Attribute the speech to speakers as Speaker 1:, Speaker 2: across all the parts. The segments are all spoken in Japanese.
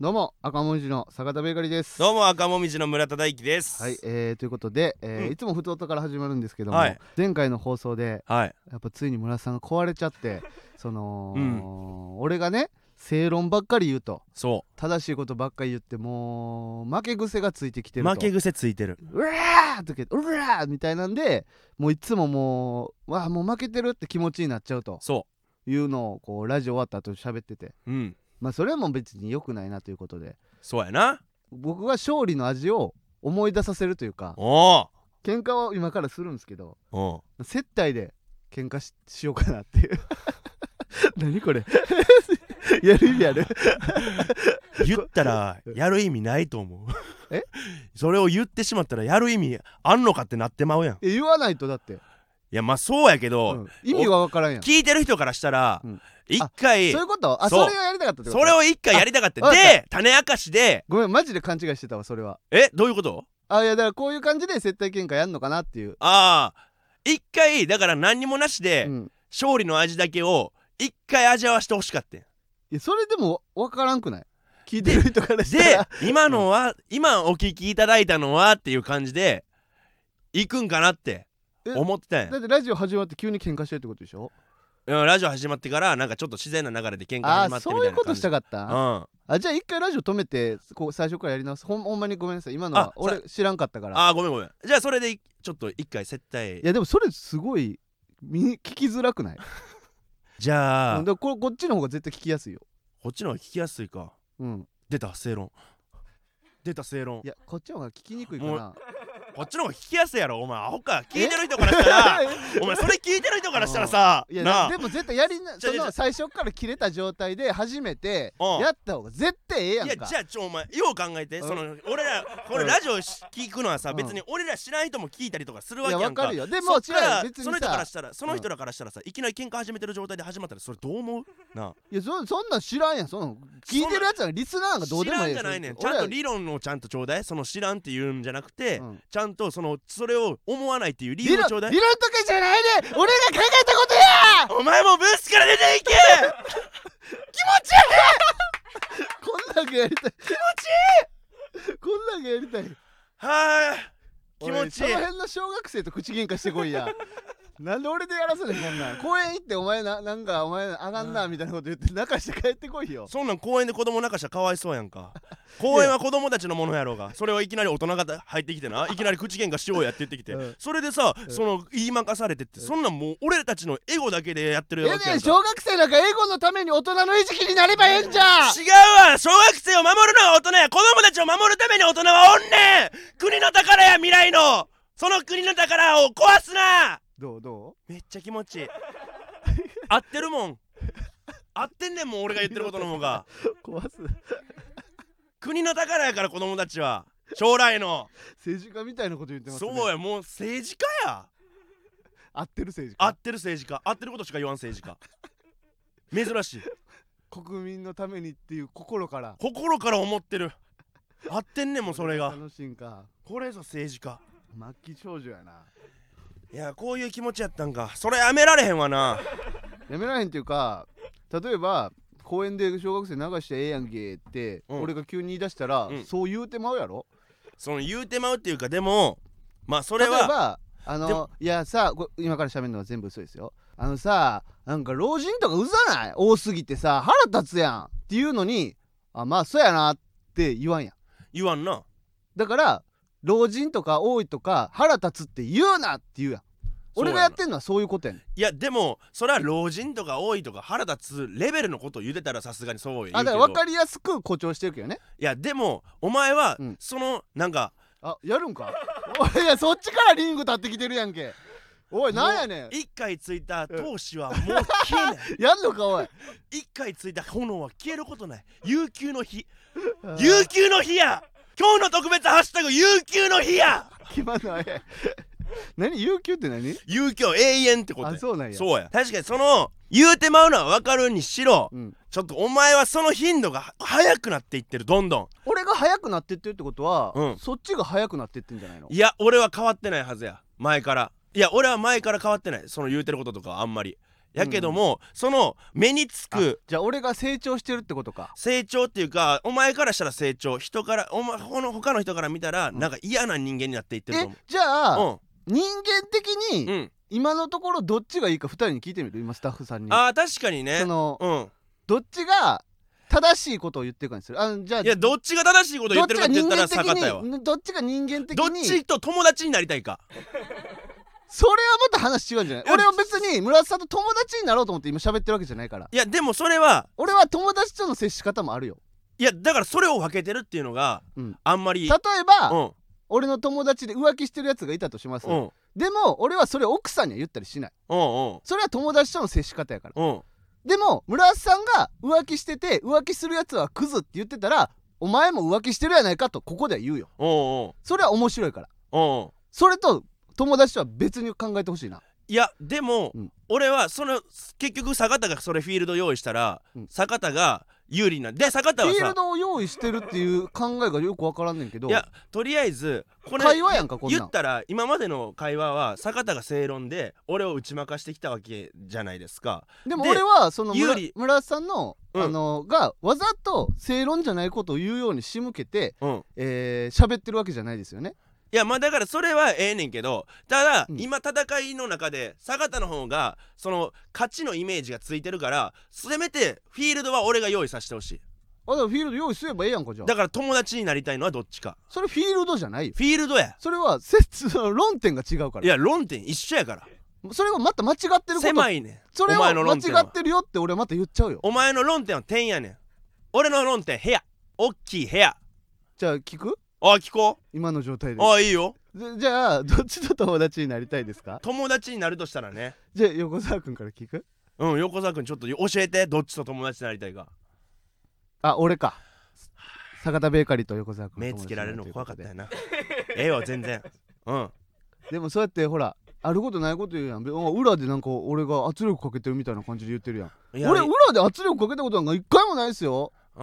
Speaker 1: どうも赤文字の坂田ベーカリーです
Speaker 2: どうも赤もみじの村田大樹です
Speaker 1: はい、えー、ということで、えー
Speaker 2: うん
Speaker 1: いつもふととから始まるんですけども、
Speaker 2: はい
Speaker 1: 前回の放送で
Speaker 2: はい
Speaker 1: やっぱついに村田さんが壊れちゃってその、
Speaker 2: うん
Speaker 1: 俺がね正論ばっかり言うと
Speaker 2: そ
Speaker 1: 正しいことばっかり言ってもう負け癖がついてきて
Speaker 2: う
Speaker 1: ると
Speaker 2: 負け癖ついてる
Speaker 1: うわーとけうわーみたいなんでもういつももうわあもう負けてるって気持ちになっちゃうと
Speaker 2: そ
Speaker 1: いうのをこうラジオ終わった後喋ってて
Speaker 2: ううん
Speaker 1: まあそれはもう別に良くないなということで
Speaker 2: そうやな
Speaker 1: 僕が勝利の味を思い出させるというか
Speaker 2: お
Speaker 1: 喧嘩を今からするんですけど
Speaker 2: おお
Speaker 1: 接待で喧嘩ししようかなっていう 何これ やる意味ある
Speaker 2: う言っ たらやる意味ないと思う
Speaker 1: え
Speaker 2: それを言ってしまったらやる意味あんのかってなってまうやんい
Speaker 1: え言わないとだって、
Speaker 2: やまあそうやけど、
Speaker 1: うん意味が分からんやんそ
Speaker 2: 聞いてる人からしたら
Speaker 1: うん
Speaker 2: 一、
Speaker 1: あう
Speaker 2: 回
Speaker 1: いうことあそ
Speaker 2: そう
Speaker 1: れをやりたかったってこ
Speaker 2: そ
Speaker 1: と
Speaker 2: れを一回やりたかった
Speaker 1: あわかっ
Speaker 2: で種明かしで
Speaker 1: ごめんマジで勘違いしてたわそれは
Speaker 2: えどういうこと
Speaker 1: あいやだからこういう感じで接待喧嘩やんのかなっていう、
Speaker 2: ああ一回だから何にもなしで、
Speaker 1: うん、
Speaker 2: 勝利の味だけを一回味わわしてほしかったん
Speaker 1: いやそれでも分からんくない聞いてる人からした
Speaker 2: で
Speaker 1: ら
Speaker 2: 今のは今お聞きいただいたのはっていう感じで行くんかなって
Speaker 1: え
Speaker 2: 思ってたん
Speaker 1: だ
Speaker 2: や
Speaker 1: ってラジオ始まって急に喧嘩してるってことでしょ
Speaker 2: うんラジオ始まってからなんかちょっと自然な流れで喧嘩
Speaker 1: あ
Speaker 2: 始ま
Speaker 1: あ
Speaker 2: って
Speaker 1: そ
Speaker 2: み
Speaker 1: うい
Speaker 2: た
Speaker 1: う
Speaker 2: いな
Speaker 1: こと
Speaker 2: 感
Speaker 1: し
Speaker 2: じ
Speaker 1: たかった、
Speaker 2: うん
Speaker 1: あじゃあ一回ラジオ止めてこう最初からやり直すほんほんまにごめんなさい今の
Speaker 2: あ
Speaker 1: は俺知らんかったから
Speaker 2: あーごめんごめんじゃあそれでちょっと一回接
Speaker 1: い
Speaker 2: 待
Speaker 1: やでもそれすごいみ聞きづらくない
Speaker 2: じゃ
Speaker 1: う
Speaker 2: あ
Speaker 1: んだからこれこっちの方が絶対聞きやすいよ
Speaker 2: こっちの方が聞きやすいか
Speaker 1: うん
Speaker 2: 出た正論出た正論
Speaker 1: いやこっちの方が聞きにくいかな
Speaker 2: こっちの方が聞きやすいやろお前アホか聞いてる人からし たらお前それ聞いてる人からしたらさ
Speaker 1: いや
Speaker 2: なあ
Speaker 1: でも絶対やりな
Speaker 2: ちょ
Speaker 1: そ
Speaker 2: ちょ
Speaker 1: の最初から切れた状態で初めて
Speaker 2: うん
Speaker 1: やった方が絶対ええやん
Speaker 2: い
Speaker 1: か
Speaker 2: やじゃあちょお前よう考えて
Speaker 1: うん
Speaker 2: その俺らこ
Speaker 1: う
Speaker 2: れ
Speaker 1: ん
Speaker 2: ラジオし聞くのはさ
Speaker 1: うん
Speaker 2: 別に俺ら知らん人も聞いたりとかするわ
Speaker 1: い
Speaker 2: け
Speaker 1: や
Speaker 2: や
Speaker 1: わ
Speaker 2: ん
Speaker 1: か
Speaker 2: か
Speaker 1: るよで
Speaker 2: そ
Speaker 1: も
Speaker 2: っ
Speaker 1: 違
Speaker 2: か
Speaker 1: う
Speaker 2: ら
Speaker 1: 別
Speaker 2: その
Speaker 1: に
Speaker 2: 人か
Speaker 1: さ
Speaker 2: らしたらその人らからしたらさいきなり喧嘩始めてる状態で始まったらそれどう思うなあ
Speaker 1: いやそそんなん知らんやんその聞いてるやつはリスナーなんかどう
Speaker 2: 知
Speaker 1: でも
Speaker 2: ら
Speaker 1: いい
Speaker 2: んじゃ
Speaker 1: や
Speaker 2: ないねんちゃんと理論をちゃんとちょうだいその知らんっていうんじゃなくて
Speaker 1: うん
Speaker 2: ちゃんとそのそれを思わないっていう理
Speaker 1: 理
Speaker 2: 由を
Speaker 1: 論
Speaker 2: ちょうだい
Speaker 1: 理論とかじゃないねん俺が考えたことや
Speaker 2: お前もブースから出ていけ
Speaker 1: こんなんがやりたい気持ちいいこんなんがやりたい
Speaker 2: はーい気持ちい
Speaker 1: お
Speaker 2: い
Speaker 1: その辺の小学生と口喧嘩してこい やなんで俺でやらせねんこんなん公園行ってお前ななんかお前あがんなみたいなこと言って泣かして帰ってこいよ
Speaker 2: そんなん公園で子供泣かしたらかわいそうや んか公園は子供たちのものやろうがそれをいきなり大人が入ってきて ないきなり口喧嘩しようやって言ってきて、
Speaker 1: うん
Speaker 2: それでさ、
Speaker 1: ん
Speaker 2: その言いまかされてって、そんなんもう俺たちのエゴだけでやってる
Speaker 1: え
Speaker 2: や
Speaker 1: え
Speaker 2: わけ
Speaker 1: ね
Speaker 2: や
Speaker 1: ん
Speaker 2: んか
Speaker 1: 小学生なんか英語のために大人の意識になればええんじゃん
Speaker 2: 違うわ小学生を守るのは大人や子供たちを守るために大人はおんねん国の宝や未来のその国の宝を壊すな
Speaker 1: どうど
Speaker 2: めっちゃ気持ち いい合ってるもん合ってんねんもん俺が言ってることの方が
Speaker 1: う壊す
Speaker 2: 国の宝やから子供たちは将来の
Speaker 1: 政治家みたいなこと言ってますね
Speaker 2: そうやもう政治家や
Speaker 1: 合ってる政治
Speaker 2: 合
Speaker 1: 家
Speaker 2: ってる政治家合ってることしか言わん政治家珍しい
Speaker 1: 国民のためにっていう心から
Speaker 2: 心から思ってる合ってんねんもんそれが
Speaker 1: 楽しいんか
Speaker 2: これぞ政治家
Speaker 1: 末期少女やない
Speaker 2: やこういう気持ちやったんかそれやめられへんわな
Speaker 1: やめられへんっていうか例えば公園で小学生流してええやんけって、
Speaker 2: うん
Speaker 1: 俺が急に言い出したら、
Speaker 2: うん
Speaker 1: そう言うてまうやろ
Speaker 2: その言うてまうっていうかでもまあそ
Speaker 1: 例
Speaker 2: れ
Speaker 1: え
Speaker 2: は
Speaker 1: ばあ
Speaker 2: で
Speaker 1: の
Speaker 2: も
Speaker 1: いやさこ今から喋るのは全部嘘ですよあのさなんか老人とかうざない多すぎてさ腹立つやんっていうのにあまあそうやなって言わんやん
Speaker 2: 言わんな
Speaker 1: だから老人とか多いとか腹立つって言うなって言うやん俺がやってんのはそういうことやねん
Speaker 2: いやでもそれは老人とか多いとか腹立つレベルのことを言うてたらさすがにそうや
Speaker 1: あ
Speaker 2: 言う
Speaker 1: だか
Speaker 2: けど
Speaker 1: ら分かりやすく誇張してるけどね
Speaker 2: いやでもお前は
Speaker 1: うん
Speaker 2: そのなんか
Speaker 1: あやるんか おいいやそっちからリング立ってきてるやんけおいなんやねん
Speaker 2: 一回ついた闘志はもう 消えない
Speaker 1: やんのかおい
Speaker 2: 一回ついた炎は消えることない悠久の日 悠久の日や今日の特別ハッシュタグ悠久の日や
Speaker 1: 今のはええ 何有給って何
Speaker 2: 悠久永遠ってこと
Speaker 1: あ
Speaker 2: や
Speaker 1: そうなんや
Speaker 2: そうや確かにその言うてまうのは分かるにしろ
Speaker 1: うん、
Speaker 2: ちょっとお前はその頻度が早くなっていってるどんど
Speaker 1: 俺が速くなってってるってことは、
Speaker 2: うん
Speaker 1: そっちが速くなってってんじゃないの
Speaker 2: んいや俺は変わってないはずや前からいや俺は前から変わってないその言うてることとかはあんまりやけども、その目につく
Speaker 1: じゃあ俺が成長してるってことか
Speaker 2: 成長っていうかお前からしたら成長人からお前ほの他の人から見たら、
Speaker 1: うん
Speaker 2: なんか嫌な人間になっていってる
Speaker 1: え
Speaker 2: と思
Speaker 1: じゃあ、
Speaker 2: う
Speaker 1: 人間的
Speaker 2: うん
Speaker 1: に
Speaker 2: うん
Speaker 1: 今のところどっちがいいか2人に聞いてみる今スタッフさんに
Speaker 2: あー確かにね
Speaker 1: その
Speaker 2: うん
Speaker 1: どっちが正しいことを言ってるかにするあじゃあ
Speaker 2: いやどっちが正しいこと
Speaker 1: ど
Speaker 2: 言
Speaker 1: っ
Speaker 2: って
Speaker 1: ち
Speaker 2: る
Speaker 1: が
Speaker 2: かって
Speaker 1: 人
Speaker 2: 言った
Speaker 1: 間
Speaker 2: ら
Speaker 1: 的
Speaker 2: 坂田やわ
Speaker 1: にどっちが人間的
Speaker 2: どっ
Speaker 1: に
Speaker 2: ちと友達になりたいか
Speaker 1: それはまた話違うんじゃない
Speaker 2: や
Speaker 1: 俺は別に村瀬さんと友達になろうと思って今喋ってるわけじゃないから
Speaker 2: いやでもそれは
Speaker 1: 俺は友達との接し方もあるよ
Speaker 2: いやだからそれを分けてるっていうのが、
Speaker 1: うん
Speaker 2: あんまり
Speaker 1: 例えば、
Speaker 2: うん
Speaker 1: 俺の友達で浮気してるやつがいたとします、
Speaker 2: うん
Speaker 1: でも俺はそれを奥さんには言ったりしない
Speaker 2: うん
Speaker 1: それは友達との接し方やから
Speaker 2: うんうん
Speaker 1: でも村瀬さんが浮気してて浮気するやつはクズって言ってたらお前も浮気してるやないかとここでは言うよ
Speaker 2: うんうん
Speaker 1: それは面白いから
Speaker 2: うん
Speaker 1: それと友達とは別に考えてほしいない
Speaker 2: やでも、
Speaker 1: うん
Speaker 2: 俺はその結局坂田がそれフィールド用意したら、
Speaker 1: うん
Speaker 2: 坂田が有利なで坂田
Speaker 1: フ
Speaker 2: は
Speaker 1: ィール
Speaker 2: さ
Speaker 1: ドを用意してるっていう考えがよくわからんねんけど
Speaker 2: いやとりあえずこれ
Speaker 1: 会話やんかこんなん
Speaker 2: 言ったら今までの会話は坂田が正論で俺を打ち負かしてきたわけじゃないですか
Speaker 1: でも
Speaker 2: で
Speaker 1: 俺はその
Speaker 2: 有
Speaker 1: 村
Speaker 2: 利
Speaker 1: 村さんの、
Speaker 2: うん
Speaker 1: あのがわざと正論じゃないことを言うように仕向けて
Speaker 2: うん
Speaker 1: えー喋ってるわけじゃないですよね。
Speaker 2: いやまあだからそれはええねんけどただ、
Speaker 1: うん
Speaker 2: 今戦いの中で坂田の方がその勝ちのイメージがついてるからせめてフィールドは俺が用意させてほしい
Speaker 1: あだからフィールド用意すればええやんかじゃあ
Speaker 2: だから友達になりたいのはどっちか
Speaker 1: それフィールドじゃないよ
Speaker 2: フィールドや
Speaker 1: それは説の論点が違うか
Speaker 2: い
Speaker 1: ら
Speaker 2: や論点一緒やから
Speaker 1: それをまた間違ってること
Speaker 2: 狭いねん
Speaker 1: それを
Speaker 2: お前の
Speaker 1: 間
Speaker 2: 論点は
Speaker 1: 違ってるよって俺また言っちゃうよ
Speaker 2: お前の論点は点やねん俺の論点部屋おっきい部屋
Speaker 1: じゃあ聞く
Speaker 2: あ聞こ
Speaker 1: 今の状態
Speaker 2: う
Speaker 1: で
Speaker 2: あいいよ
Speaker 1: じじゃあどっちと友達になりたいですか
Speaker 2: 友達になるとしたらね
Speaker 1: じゃあ横澤君から聞く
Speaker 2: うん横澤君ちょっと教えてどっちと友達になりたいか
Speaker 1: あ俺か坂田ベーカリーと横澤君
Speaker 2: 目つけられるの怖かったよな ええわ全然うん
Speaker 1: でもそうやってほらあることないこと言うやんべお裏でなんか俺が圧力かけてるみたいな感じで言ってるやん
Speaker 2: いや
Speaker 1: 俺
Speaker 2: いい
Speaker 1: 裏で圧力かけたことなんか一回もないですよ
Speaker 2: うん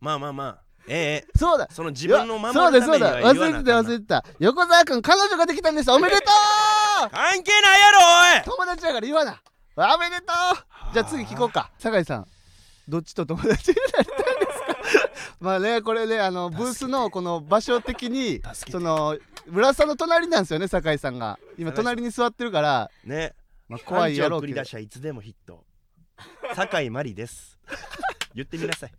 Speaker 2: まあまあまあえええ
Speaker 1: そうだ
Speaker 2: えその自分の
Speaker 1: いや
Speaker 2: 守
Speaker 1: そう
Speaker 2: る
Speaker 1: だ
Speaker 2: た
Speaker 1: そ
Speaker 2: め
Speaker 1: う
Speaker 2: には
Speaker 1: だ
Speaker 2: 言わ
Speaker 1: 忘れ
Speaker 2: な
Speaker 1: てた
Speaker 2: あかん
Speaker 1: 忘
Speaker 2: な
Speaker 1: れてた横澤君彼女ができたんですおめでと う
Speaker 2: 関係ないやろおい
Speaker 1: 友達だから言わなおめでとうじゃあ次聞こうか酒井さんどっちと友達になりたいですか まあねこれねあのブースのこの場所的に
Speaker 2: 助けて
Speaker 1: その村さんの隣なんですよね酒井さんが今隣に座ってるから、
Speaker 2: ね
Speaker 1: まあ、怖いやろう
Speaker 2: アンチ
Speaker 1: け
Speaker 2: を繰り
Speaker 1: ど
Speaker 2: 出しはいつでもヒット酒井真理です 言ってみなさい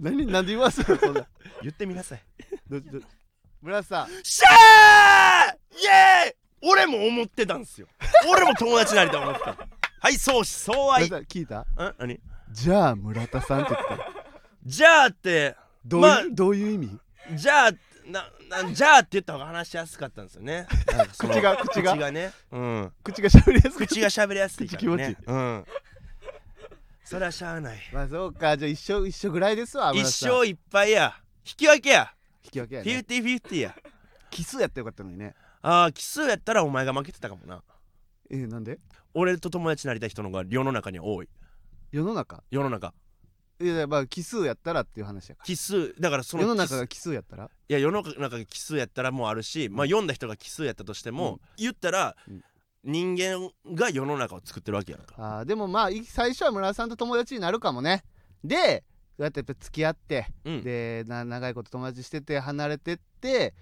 Speaker 1: 何なんで言わすのそんな
Speaker 2: 言ってみなさい
Speaker 1: どど村さん
Speaker 2: しゃーイエーイ俺も思ってたんすよ俺も友達になりたい思ってたはいそうしそうはい
Speaker 1: 村さん聞いた
Speaker 2: ん何
Speaker 1: じゃあ村田さんって言ってた
Speaker 2: じゃあって
Speaker 1: どういう、
Speaker 2: まあ
Speaker 1: どういう意味
Speaker 2: じゃあななじゃあって言った方が話しやすかったんですよねなんかその
Speaker 1: 口が口が
Speaker 2: 口がねうん
Speaker 1: 口がしゃべりやすく
Speaker 2: 口が喋りやすいか
Speaker 1: 口
Speaker 2: らね
Speaker 1: 気持ちいい
Speaker 2: うんそりゃしゃあない
Speaker 1: まあそうかじゃあ一緒一緒ぐらいですわ村
Speaker 2: 一
Speaker 1: 田さん
Speaker 2: 生いっぱいや引き分けや
Speaker 1: 引き分けや
Speaker 2: フィ
Speaker 1: ね
Speaker 2: フティフィフティや
Speaker 1: 奇数やったらよかったのにね
Speaker 2: ああ奇数やったらお前が負けてたかもな
Speaker 1: えー、なんで
Speaker 2: 俺と友達になりたい人の方が世の中には多い
Speaker 1: 世の中
Speaker 2: 世の中
Speaker 1: いやまあ奇数やったらっていう話やか
Speaker 2: 奇数だからそ
Speaker 1: ら
Speaker 2: の
Speaker 1: 世の
Speaker 2: 奇数
Speaker 1: 中が奇数やったら
Speaker 2: いや世の中が奇数やったらもうあるし、まあ、読んだ人が奇数やったとしても、
Speaker 1: うん
Speaker 2: 言ったら、
Speaker 1: うん
Speaker 2: 人間が世の中を作ってるわけやんか
Speaker 1: あーでもまあい最初は村田さんと友達になるかもねでそうやってやっぱ付き合って、
Speaker 2: うん
Speaker 1: でな長いこと友達してて離れてって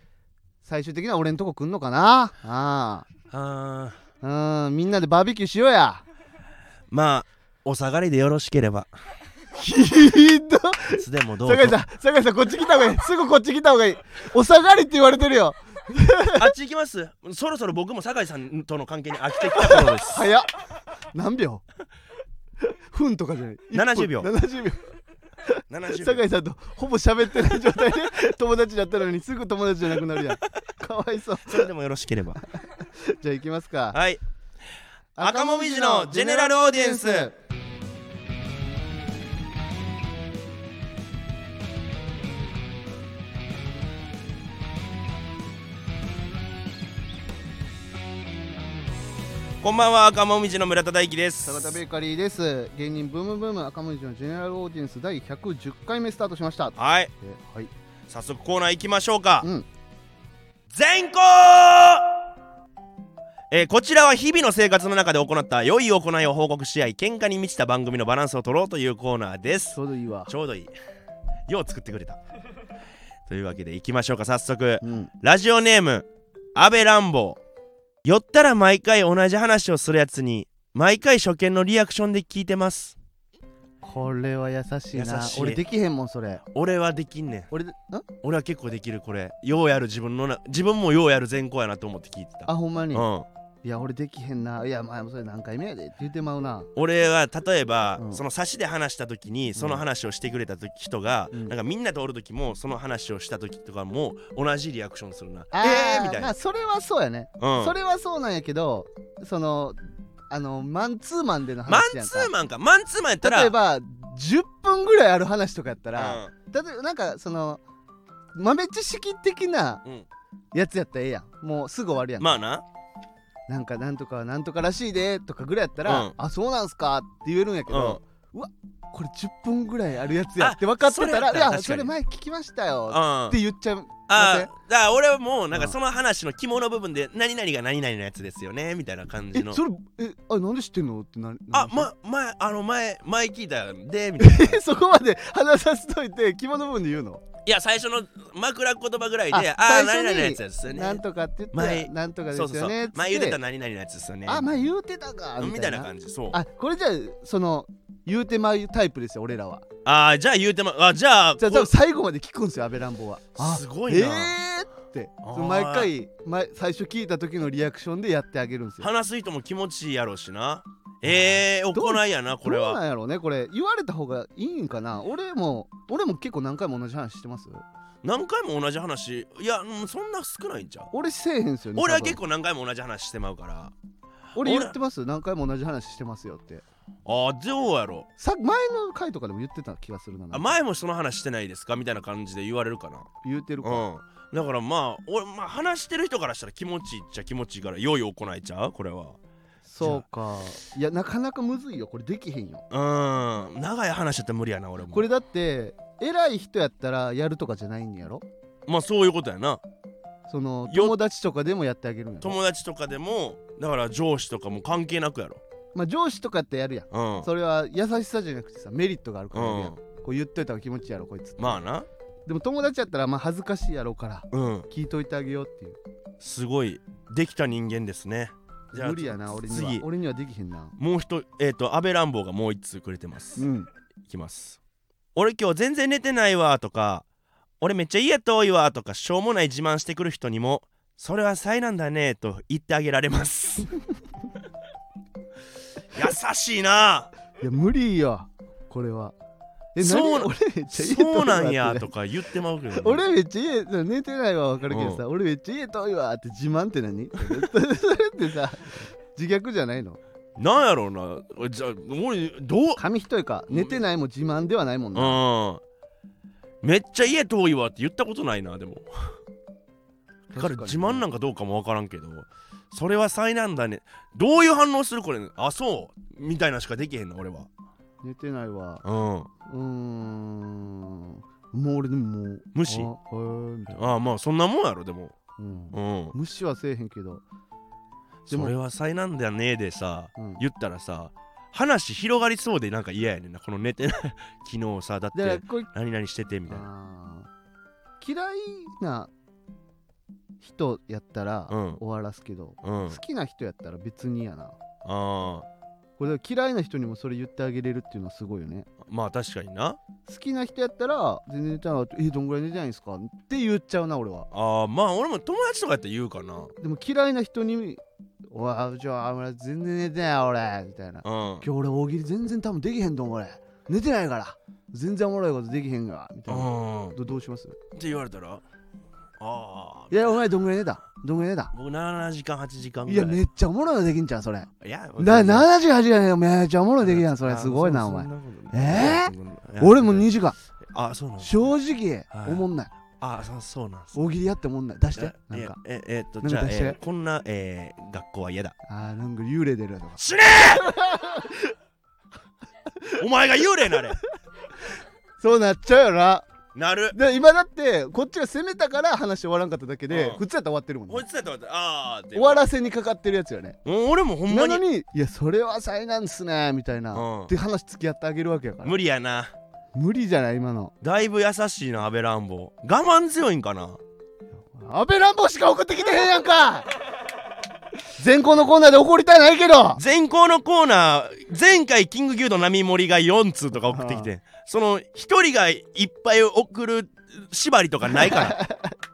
Speaker 1: 最終的には俺んとこ来んのかなあ
Speaker 2: あ
Speaker 1: ーうんみんなでバーベキューしようや
Speaker 2: ーまあお下がりでよろしければ
Speaker 1: ひ ど
Speaker 2: いつでもどうぞ
Speaker 1: 酒井さん酒井さんこっち来た方 がいいすぐこっち来た方がいいお下がりって言われてるよ
Speaker 2: あっち行きますそろそろ僕も酒井さんとの関係に飽きてきた頃 です
Speaker 1: 早っ何秒分とかじゃない一分
Speaker 2: 70秒
Speaker 1: 70秒
Speaker 2: 70
Speaker 1: 酒
Speaker 2: 秒
Speaker 1: 井さんとほぼ喋ってない状態で 友達だったのにすぐ友達じゃなくなるやんかわいそう
Speaker 2: それでもよろしければ
Speaker 1: じゃあ行きますか
Speaker 2: はい赤もみじのジェネラルオーディエンスこんばんは赤もみじの村田大樹です
Speaker 1: 坂田ベーカリーです芸人ブームブーム赤もみじのジェネラルオーディエンス第110回目スタートしました
Speaker 2: はい
Speaker 1: えはい
Speaker 2: 早速コーナー行きましょうか、
Speaker 1: うん
Speaker 2: 全校えーこちらは日々の生活の中で行った良い行いを報告し合い喧嘩に満ちた番組のバランスを取ろうというコーナーです
Speaker 1: ちょうどいいわ
Speaker 2: ちょうどいいよう作ってくれたというわけでいきましょうか早速
Speaker 1: うん
Speaker 2: ラジオネーム安倍乱暴寄ったら毎回同じ話をするやつに毎回初見のリアクションで聞いてます
Speaker 1: これは優しいな
Speaker 2: 優しい
Speaker 1: 俺できへんもんそれ
Speaker 2: 俺はできんねん
Speaker 1: 俺でん
Speaker 2: 俺は結構できるこれようやる自分のな自分もようやる前行やなと思って聞いてた
Speaker 1: あほんま
Speaker 2: う
Speaker 1: に、
Speaker 2: ん
Speaker 1: いや俺できへんないや前もそれ何回目やでって言ってまうな
Speaker 2: 俺は例えば、
Speaker 1: うん
Speaker 2: その差しで話した時にその話をしてくれた時人が、
Speaker 1: うん
Speaker 2: なんかみんなとおる時もその話をした時とかも同じリアクションするな
Speaker 1: あー
Speaker 2: えーみたい
Speaker 1: ま
Speaker 2: な、
Speaker 1: あそれはそうやね、
Speaker 2: うん、
Speaker 1: それはそうなんやけどそのあのマンツーマンでの
Speaker 2: マ
Speaker 1: 話や
Speaker 2: ン
Speaker 1: ん
Speaker 2: ツ
Speaker 1: か
Speaker 2: ーマンかマンツーマンやったら
Speaker 1: 例えば10分ぐらいある話とかやった
Speaker 2: うん
Speaker 1: ら、例えばなんかその豆知識的な
Speaker 2: うん
Speaker 1: やつやったらええやんもうすぐ終わるやん、
Speaker 2: まあな
Speaker 1: なんかなんとかはなんとからしいでとかぐらいやったら、
Speaker 2: うん
Speaker 1: あそうなんすかって言えるんやけど、これ10分ぐらいあるやつやって分かってたらい
Speaker 2: あそれやったら
Speaker 1: や
Speaker 2: 確か
Speaker 1: そ
Speaker 2: に
Speaker 1: れ前聞きました
Speaker 2: うん
Speaker 1: よ
Speaker 2: あ
Speaker 1: って言っちゃう
Speaker 2: あだ
Speaker 1: 待
Speaker 2: から俺はもうなんか
Speaker 1: うん
Speaker 2: その話の肝の部分で何々が何々のやつですよねみたいな感
Speaker 1: え
Speaker 2: じの
Speaker 1: それえあなんで知ってんのってななりま
Speaker 2: あ
Speaker 1: せん
Speaker 2: ま前あの前前聞いたんでみたいない
Speaker 1: えそこまで話させといて肝の部分で言うの
Speaker 2: や最初の枕言葉ぐらいであ
Speaker 1: あ最
Speaker 2: あ
Speaker 1: 初に
Speaker 2: 何々のやつですよね
Speaker 1: なんとかって言ったら
Speaker 2: 前
Speaker 1: なんとかです
Speaker 2: そ
Speaker 1: よ
Speaker 2: うそうそう
Speaker 1: ねっつって
Speaker 2: 前言うてた何々のやつですよね
Speaker 1: あ前言うてたか
Speaker 2: うん
Speaker 1: み
Speaker 2: み
Speaker 1: た
Speaker 2: た
Speaker 1: い
Speaker 2: い
Speaker 1: な
Speaker 2: な感じそう
Speaker 1: あこれじゃあその言うてまうタイプですよ俺らは
Speaker 2: あーじゃあ言うてもあじゃあ
Speaker 1: じゃあ多
Speaker 2: こ
Speaker 1: 分最後まで聞くんですよ安倍乱暴はあ
Speaker 2: すごいな
Speaker 1: えーって
Speaker 2: あー
Speaker 1: その毎回前最初聞いた時のリアクションでやってあげるんですよ
Speaker 2: 話す人も気持ちいいやろうしなえー、
Speaker 1: どう
Speaker 2: 行いやなこれ
Speaker 1: どう
Speaker 2: は
Speaker 1: なんやろうねこれ言われた方がいいんかな俺も俺も結構何回も同じ話してます
Speaker 2: 何回も同じ話いやうんそんな少ないんちゃう
Speaker 1: 俺せえへんすよね
Speaker 2: 俺は
Speaker 1: 多分
Speaker 2: 結構何回も同じ話してまうから
Speaker 1: 俺
Speaker 2: 俺
Speaker 1: 言ってます何回も同じ話してますよって
Speaker 2: あーどうやろ
Speaker 1: さ前の回とかでも言ってた気がするな
Speaker 2: あ前もその話してないですかみたいな感じで言われるかな
Speaker 1: 言うてるか、
Speaker 2: うんだからまあ俺、まあ、話してる人からしたら気持ちいいっちゃ気持ちいいから良い行いちゃうこれは
Speaker 1: そうかいやなかなかむずいよこれできへんよ
Speaker 2: うん長い話だって無理やな俺も
Speaker 1: これだって偉い人やったらやるとかじゃないんやろ
Speaker 2: まあそういうことやな
Speaker 1: その
Speaker 2: よ
Speaker 1: 友達とかでもやってあげるんやろ、
Speaker 2: 友達とかでもだから上司とかも関係なくやろ
Speaker 1: まあ、上司とかってやるやん
Speaker 2: うん
Speaker 1: それは優しさじゃなくてさメリットがあるからやるやん、
Speaker 2: うん
Speaker 1: こう言っといた方が気持ちいいやろこいつって
Speaker 2: まあな
Speaker 1: でも友達やったらまあ恥ずかしいやろうから
Speaker 2: うん
Speaker 1: 聞いといてあげようっていう
Speaker 2: すごいできた人間ですねじゃあ
Speaker 1: 無理やな俺には
Speaker 2: 次
Speaker 1: 俺にはできへんな
Speaker 2: もう一えっ、と安倍乱暴がもう一通くれてます、
Speaker 1: うん
Speaker 2: いきます俺今日全然寝てないわとか俺めっちゃ家遠いわとかしょうもない自慢してくる人にもそれは災難だねと言ってあげられます 優しいない
Speaker 1: や無理よこれはえ
Speaker 2: そう
Speaker 1: 何俺めっちゃいいとこ
Speaker 2: そうなん
Speaker 1: だっ
Speaker 2: や
Speaker 1: て
Speaker 2: とか言ってまうけどね、
Speaker 1: 俺めっちゃ家その寝てないは分かるけどさ、俺めっちゃ家遠いわって自慢って何それってさ自虐じゃないの
Speaker 2: なんやろうなじゃあ俺どう
Speaker 1: 紙一重か寝てないも自慢ではないもんな、
Speaker 2: うんめっちゃ家遠いわって言ったことないなでもだから自慢なんんかどうかもわからんけどそれは災難だねどういう反応するこれあそうみたいなしかできへんの俺は
Speaker 1: 寝てないわ
Speaker 2: うん
Speaker 1: うーんもう俺でももう
Speaker 2: 無
Speaker 1: あ
Speaker 2: 視
Speaker 1: へーみたいな、
Speaker 2: ああまあそんなもんやろでも
Speaker 1: うん
Speaker 2: うん
Speaker 1: 無視はせえへんけどでも
Speaker 2: それは災難だねでさ
Speaker 1: うん
Speaker 2: 言ったらさ話広がりそうでなんか嫌やねんなこの寝てない 昨日さだっ
Speaker 1: だから
Speaker 2: て
Speaker 1: これ
Speaker 2: 何々しててみたいな
Speaker 1: あー嫌いな人やったら
Speaker 2: うん
Speaker 1: 終わらすけど、
Speaker 2: うんあ
Speaker 1: 好きな人やったら別にやな
Speaker 2: あ
Speaker 1: これだから嫌いな人にもそれ言ってあげれるっていうのはすごいよね
Speaker 2: まあ確かにな
Speaker 1: 好きな人やったら全然寝てなかったえどんぐらい寝てないんですかって言っちゃうな俺は
Speaker 2: ああまあ俺も友達とかやったら言うかな
Speaker 1: でも嫌いな人に「おいあじゃあ俺全然寝てない俺」みたいな「
Speaker 2: うん
Speaker 1: 今日俺大喜利全然多分できへんと思う俺寝てないから全然おもろいことできへんが」みたいな
Speaker 2: うん
Speaker 1: どどうします
Speaker 2: って言われたらああ
Speaker 1: いやお前どんぐらい寝たどんぐらい寝た
Speaker 2: 僕7時間8時間
Speaker 1: い
Speaker 2: ぐら
Speaker 1: や
Speaker 2: い
Speaker 1: めっちゃおもろいのできんじゃんそれ
Speaker 2: いや
Speaker 1: な
Speaker 2: で
Speaker 1: 78がねめっちゃおもろいのできんやんそれすごいなお前え俺も2時間
Speaker 2: あそうなん
Speaker 1: 正直
Speaker 2: は
Speaker 1: お
Speaker 2: い
Speaker 1: もんない
Speaker 2: あそうそうなんす
Speaker 1: 大喜利やっておもんない出してな
Speaker 2: え
Speaker 1: んか
Speaker 2: えええっ
Speaker 1: な
Speaker 2: と
Speaker 1: んか
Speaker 2: じゃあ、
Speaker 1: 出して
Speaker 2: えーこんな、えー、学校は嫌だ
Speaker 1: あーなんか幽霊出るとか
Speaker 2: 死ねお前が幽霊なれ
Speaker 1: そうなっちゃうよな
Speaker 2: なる
Speaker 1: で今だってこっちが攻めたから話終わらんかっただけで、
Speaker 2: うん
Speaker 1: 普通やったら終わってるもん、
Speaker 2: こ
Speaker 1: ね
Speaker 2: い、つだったらああ
Speaker 1: 終わらせにかかってるやつよね
Speaker 2: 俺もほん
Speaker 1: な
Speaker 2: ま
Speaker 1: の
Speaker 2: に
Speaker 1: にいやそれは災難っすねみたいな、
Speaker 2: うん
Speaker 1: って話付き合ってあげるわけやから
Speaker 2: 無理やな
Speaker 1: 無理じゃない今の
Speaker 2: だいぶ優しいな安倍乱暴我慢強いんかな
Speaker 1: 安倍乱暴しか送ってきてへんやんか前校のコーナーで怒りたいないけど
Speaker 2: 前校のコーナー前回キング牛丼並盛りが4通とか送ってきてその一人がいっぱい送る縛りとかないか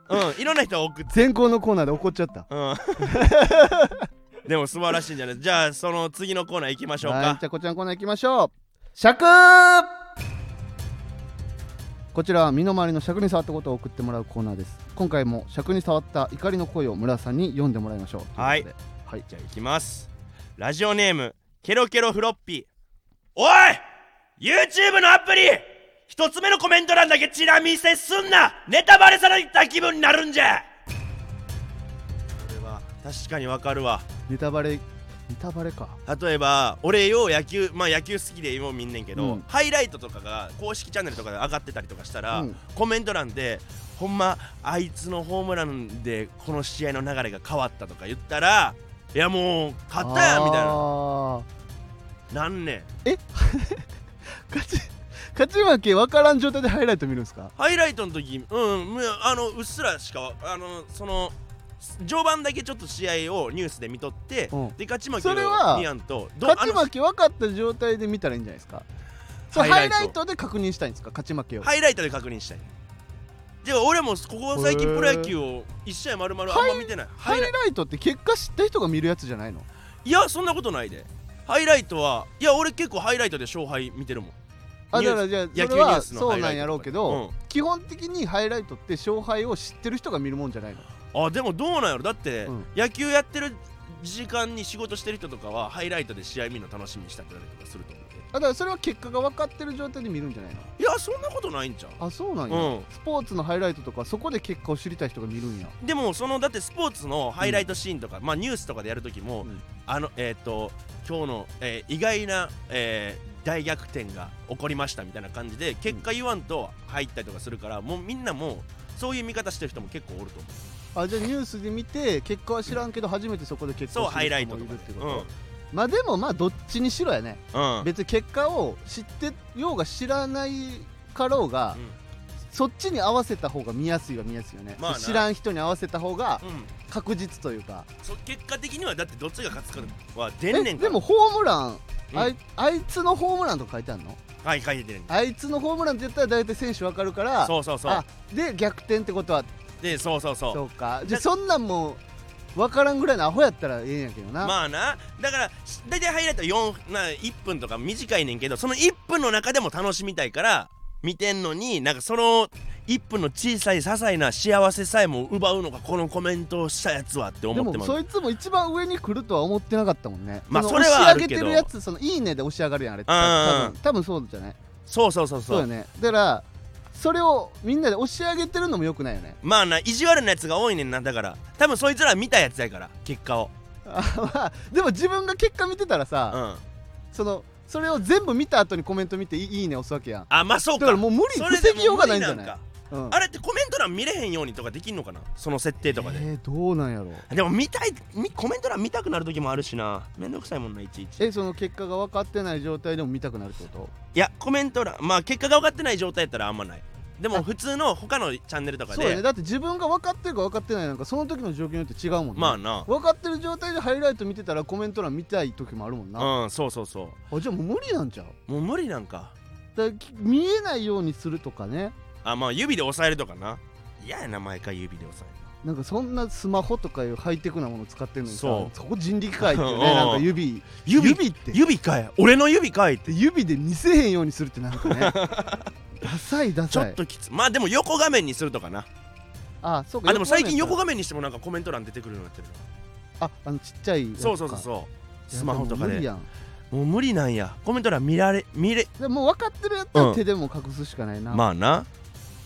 Speaker 2: らうんいろんな人が送って
Speaker 1: 前校のコーナーで怒っちゃった
Speaker 2: うん でも素晴らしいんじゃないじゃあその次のコーナー行きましょう
Speaker 1: はい
Speaker 2: か
Speaker 1: じゃあこちらのコーナー行きましょう尺こちらは身の回りの尺に触ったことを送ってもらうコーナーです今回も尺に触った怒りの声を村さんに読んでもらいましょう
Speaker 2: はい
Speaker 1: とうことではい
Speaker 2: じゃあ行きますラジオネームケロケロフロッピーおい YouTube のアプリ一つ目のコメント欄だけチラ見せすんなネタバレされた気分になるんじゃこれは確かにわかるわ
Speaker 1: ネタバレネタバレか
Speaker 2: 例えば俺よう野球まあ野球好きで今も見んねんけど、
Speaker 1: うん
Speaker 2: ハイライトとかが公式チャンネルとかで上がってたりとかしたら、
Speaker 1: うん
Speaker 2: コメント欄でほんまあいつのホームランでこの試合の流れが変わったとか言ったらいやもう勝ったやんみたいな
Speaker 1: な
Speaker 2: なんねん
Speaker 1: 勝ち勝ち負け分からん状態でハイライト見るんですか
Speaker 2: ハイライトの時うんむあのうっすらしかあのその序盤だけちょっと試合をニュースで見とって、
Speaker 1: うん
Speaker 2: で勝ち負け
Speaker 1: それ
Speaker 2: を
Speaker 1: は
Speaker 2: 見やんとど
Speaker 1: 勝ち
Speaker 2: あの
Speaker 1: 負け分かった状態で見たらいいんじゃないですかそう
Speaker 2: ハ
Speaker 1: ハ
Speaker 2: イ
Speaker 1: イ
Speaker 2: ラ
Speaker 1: ラ
Speaker 2: イ
Speaker 1: イ
Speaker 2: ト
Speaker 1: トで確認したいんですか勝ち負けを、
Speaker 2: ハイライトで確認したいでも俺もここ最近
Speaker 1: へー
Speaker 2: プロ野球を一試合丸々あんま見てないハ
Speaker 1: ハ
Speaker 2: イ
Speaker 1: イ
Speaker 2: ラ
Speaker 1: ラ
Speaker 2: イ
Speaker 1: イトって結果知った人が見るやつじゃないの
Speaker 2: いやそんなことないでハイライトはいや俺結構ハイライトで勝敗見てるもん
Speaker 1: あ
Speaker 2: ニ
Speaker 1: だ
Speaker 2: ュー
Speaker 1: からじゃあそれ
Speaker 2: 野球ニュー
Speaker 1: は
Speaker 2: スの
Speaker 1: そうな
Speaker 2: ハイライトとか
Speaker 1: んやろうけど、
Speaker 2: うん
Speaker 1: 基本的にハイライトって勝敗を知ってる人が見るもんじゃないの
Speaker 2: あでもどうなんやろだって、
Speaker 1: うん
Speaker 2: 野球やってる時間に仕事してる人とかはハイライトで試合見るの楽しみにしたってたりとかすると思うけど
Speaker 1: あだからそれは結果が分かってる状態で見るんじゃないの
Speaker 2: いやそんなことないんちゃう
Speaker 1: あそうなんや、
Speaker 2: うん
Speaker 1: スポーツのハイライトとかそこで結果を知りたい人が見るんや
Speaker 2: でもそのだってスポーツのハイライトシーンとか、まあニュースとかでやるときも、
Speaker 1: うん
Speaker 2: あのえっ、と今日の、えー意外な、えー大逆転が起こりましたみたいな感じで結果言わんと入ったりとかするからもうみんなもうそういう見方してる人も結構おると思う
Speaker 1: あじゃあニュースで見て結果は知らんけど初めてそこで結
Speaker 2: そう
Speaker 1: 果を知
Speaker 2: ハイ
Speaker 1: る
Speaker 2: ライ
Speaker 1: 人
Speaker 2: ト
Speaker 1: も
Speaker 2: と
Speaker 1: い
Speaker 2: か
Speaker 1: るっ
Speaker 2: で
Speaker 1: てこと
Speaker 2: うんうん
Speaker 1: まあでもまあどっちにしろやね、別に結果を知ってようが知らないかろうが、
Speaker 2: うん
Speaker 1: そっちに合わせた方が見やすいは見やすいよね、
Speaker 2: まあな
Speaker 1: 知らん人に合わせた方が
Speaker 2: うん
Speaker 1: 確実というか、
Speaker 2: そ結果的にはだってどっちが勝つかは出んね
Speaker 1: え
Speaker 2: んか
Speaker 1: で
Speaker 2: ら
Speaker 1: もホームラン、
Speaker 2: うん
Speaker 1: あいあいつのホームランとか書いてあるの
Speaker 2: はい書いててるんだ
Speaker 1: あいつのホームランって言ったら大体選手わかるから
Speaker 2: そうそうそう
Speaker 1: あで逆転ってことは
Speaker 2: でそうそうそう
Speaker 1: そうかじゃ
Speaker 2: な
Speaker 1: あそんなんもうわからんぐらいのアホやったらええんやけどな、
Speaker 2: まあなだからし大体ハイライト4な1分とか短いねんけどその1分の中でも楽しみたいから見てんのになんかその1分の小さい些細な幸せさえも奪うのがこのコメントをしたやつはって
Speaker 1: で
Speaker 2: 思って
Speaker 1: も
Speaker 2: ま
Speaker 1: そういつも一番上に来るとは思ってなかったもんね
Speaker 2: まあ
Speaker 1: の
Speaker 2: それは
Speaker 1: 押し
Speaker 2: ある
Speaker 1: 上げ
Speaker 2: けど
Speaker 1: てるやつそのいいねで押し上がるやんあれって
Speaker 2: うんうん
Speaker 1: 多
Speaker 2: うん
Speaker 1: 分多分そうじゃない
Speaker 2: そうそうそう
Speaker 1: そう
Speaker 2: そ
Speaker 1: よ
Speaker 2: う
Speaker 1: ねだからそれをみんなで押し上げてるのもよくないよね
Speaker 2: まあな意地悪なやつが多いねんなだから多分そいつら見たやつやから結果を
Speaker 1: あまあでも自分が結果見てたら
Speaker 2: う
Speaker 1: さ、
Speaker 2: ん
Speaker 1: そのそれを全部見た後にコメント見ていいいね押すわけやん
Speaker 2: あまあそう
Speaker 1: だ
Speaker 2: か
Speaker 1: からもう無理
Speaker 2: それ
Speaker 1: 防
Speaker 2: でも
Speaker 1: ぎようがないんじゃな
Speaker 2: 無理
Speaker 1: い
Speaker 2: んか
Speaker 1: うん
Speaker 2: あれってコメント欄見れへんようにとかできんのかなその設定とかで、
Speaker 1: えー、どうなんやろう
Speaker 2: でも見たいみコメント欄見たくなる時もあるしなめんどくさいもんないちいち
Speaker 1: えその結果が分かってない状態でも見たくなるってこと
Speaker 2: いやコメント欄まあ結果が分かってない状態やったらあんまないでも普通の他のチャンネルとか
Speaker 1: そうだ
Speaker 2: で、
Speaker 1: ねだって自分が分かってるか分かってないなんかその時の状況によって違うもんね、
Speaker 2: まあな
Speaker 1: 分かってる状態でハイライト見てたらコメント欄見たい時もあるもんな、
Speaker 2: うんそうそうそ
Speaker 1: あじゃあもう無理なんちゃう
Speaker 2: うもう無理なんか
Speaker 1: だからき見えないようにするとかね
Speaker 2: あまあ指で押さえるとかな嫌やな毎回指で押さ
Speaker 1: なんかそんなスマホとかいうハイテクなもの使ってるのにさ
Speaker 2: そ
Speaker 1: そうこ人力界っていう
Speaker 2: うん
Speaker 1: ねなんか指
Speaker 2: える指指
Speaker 1: って
Speaker 2: 指かい俺の指かいって
Speaker 1: で指で見せへんようにするってなんか ねダサいダ
Speaker 2: ちょ
Speaker 1: サ
Speaker 2: っ
Speaker 1: い
Speaker 2: ときつまあでも横画面にするとかな
Speaker 1: あそうか
Speaker 2: あでも最近横
Speaker 1: が
Speaker 2: 画面にしてもなんかコメント欄出てくるようになってるな
Speaker 1: ああのちっちゃいやつか
Speaker 2: そうそうそうそうスマホとか
Speaker 1: いやもう無理やん
Speaker 2: でもう無理なんやコメント欄見られ見れ
Speaker 1: でももう分かってるやった
Speaker 2: うん
Speaker 1: ら手でも隠すしかないな、
Speaker 2: まあな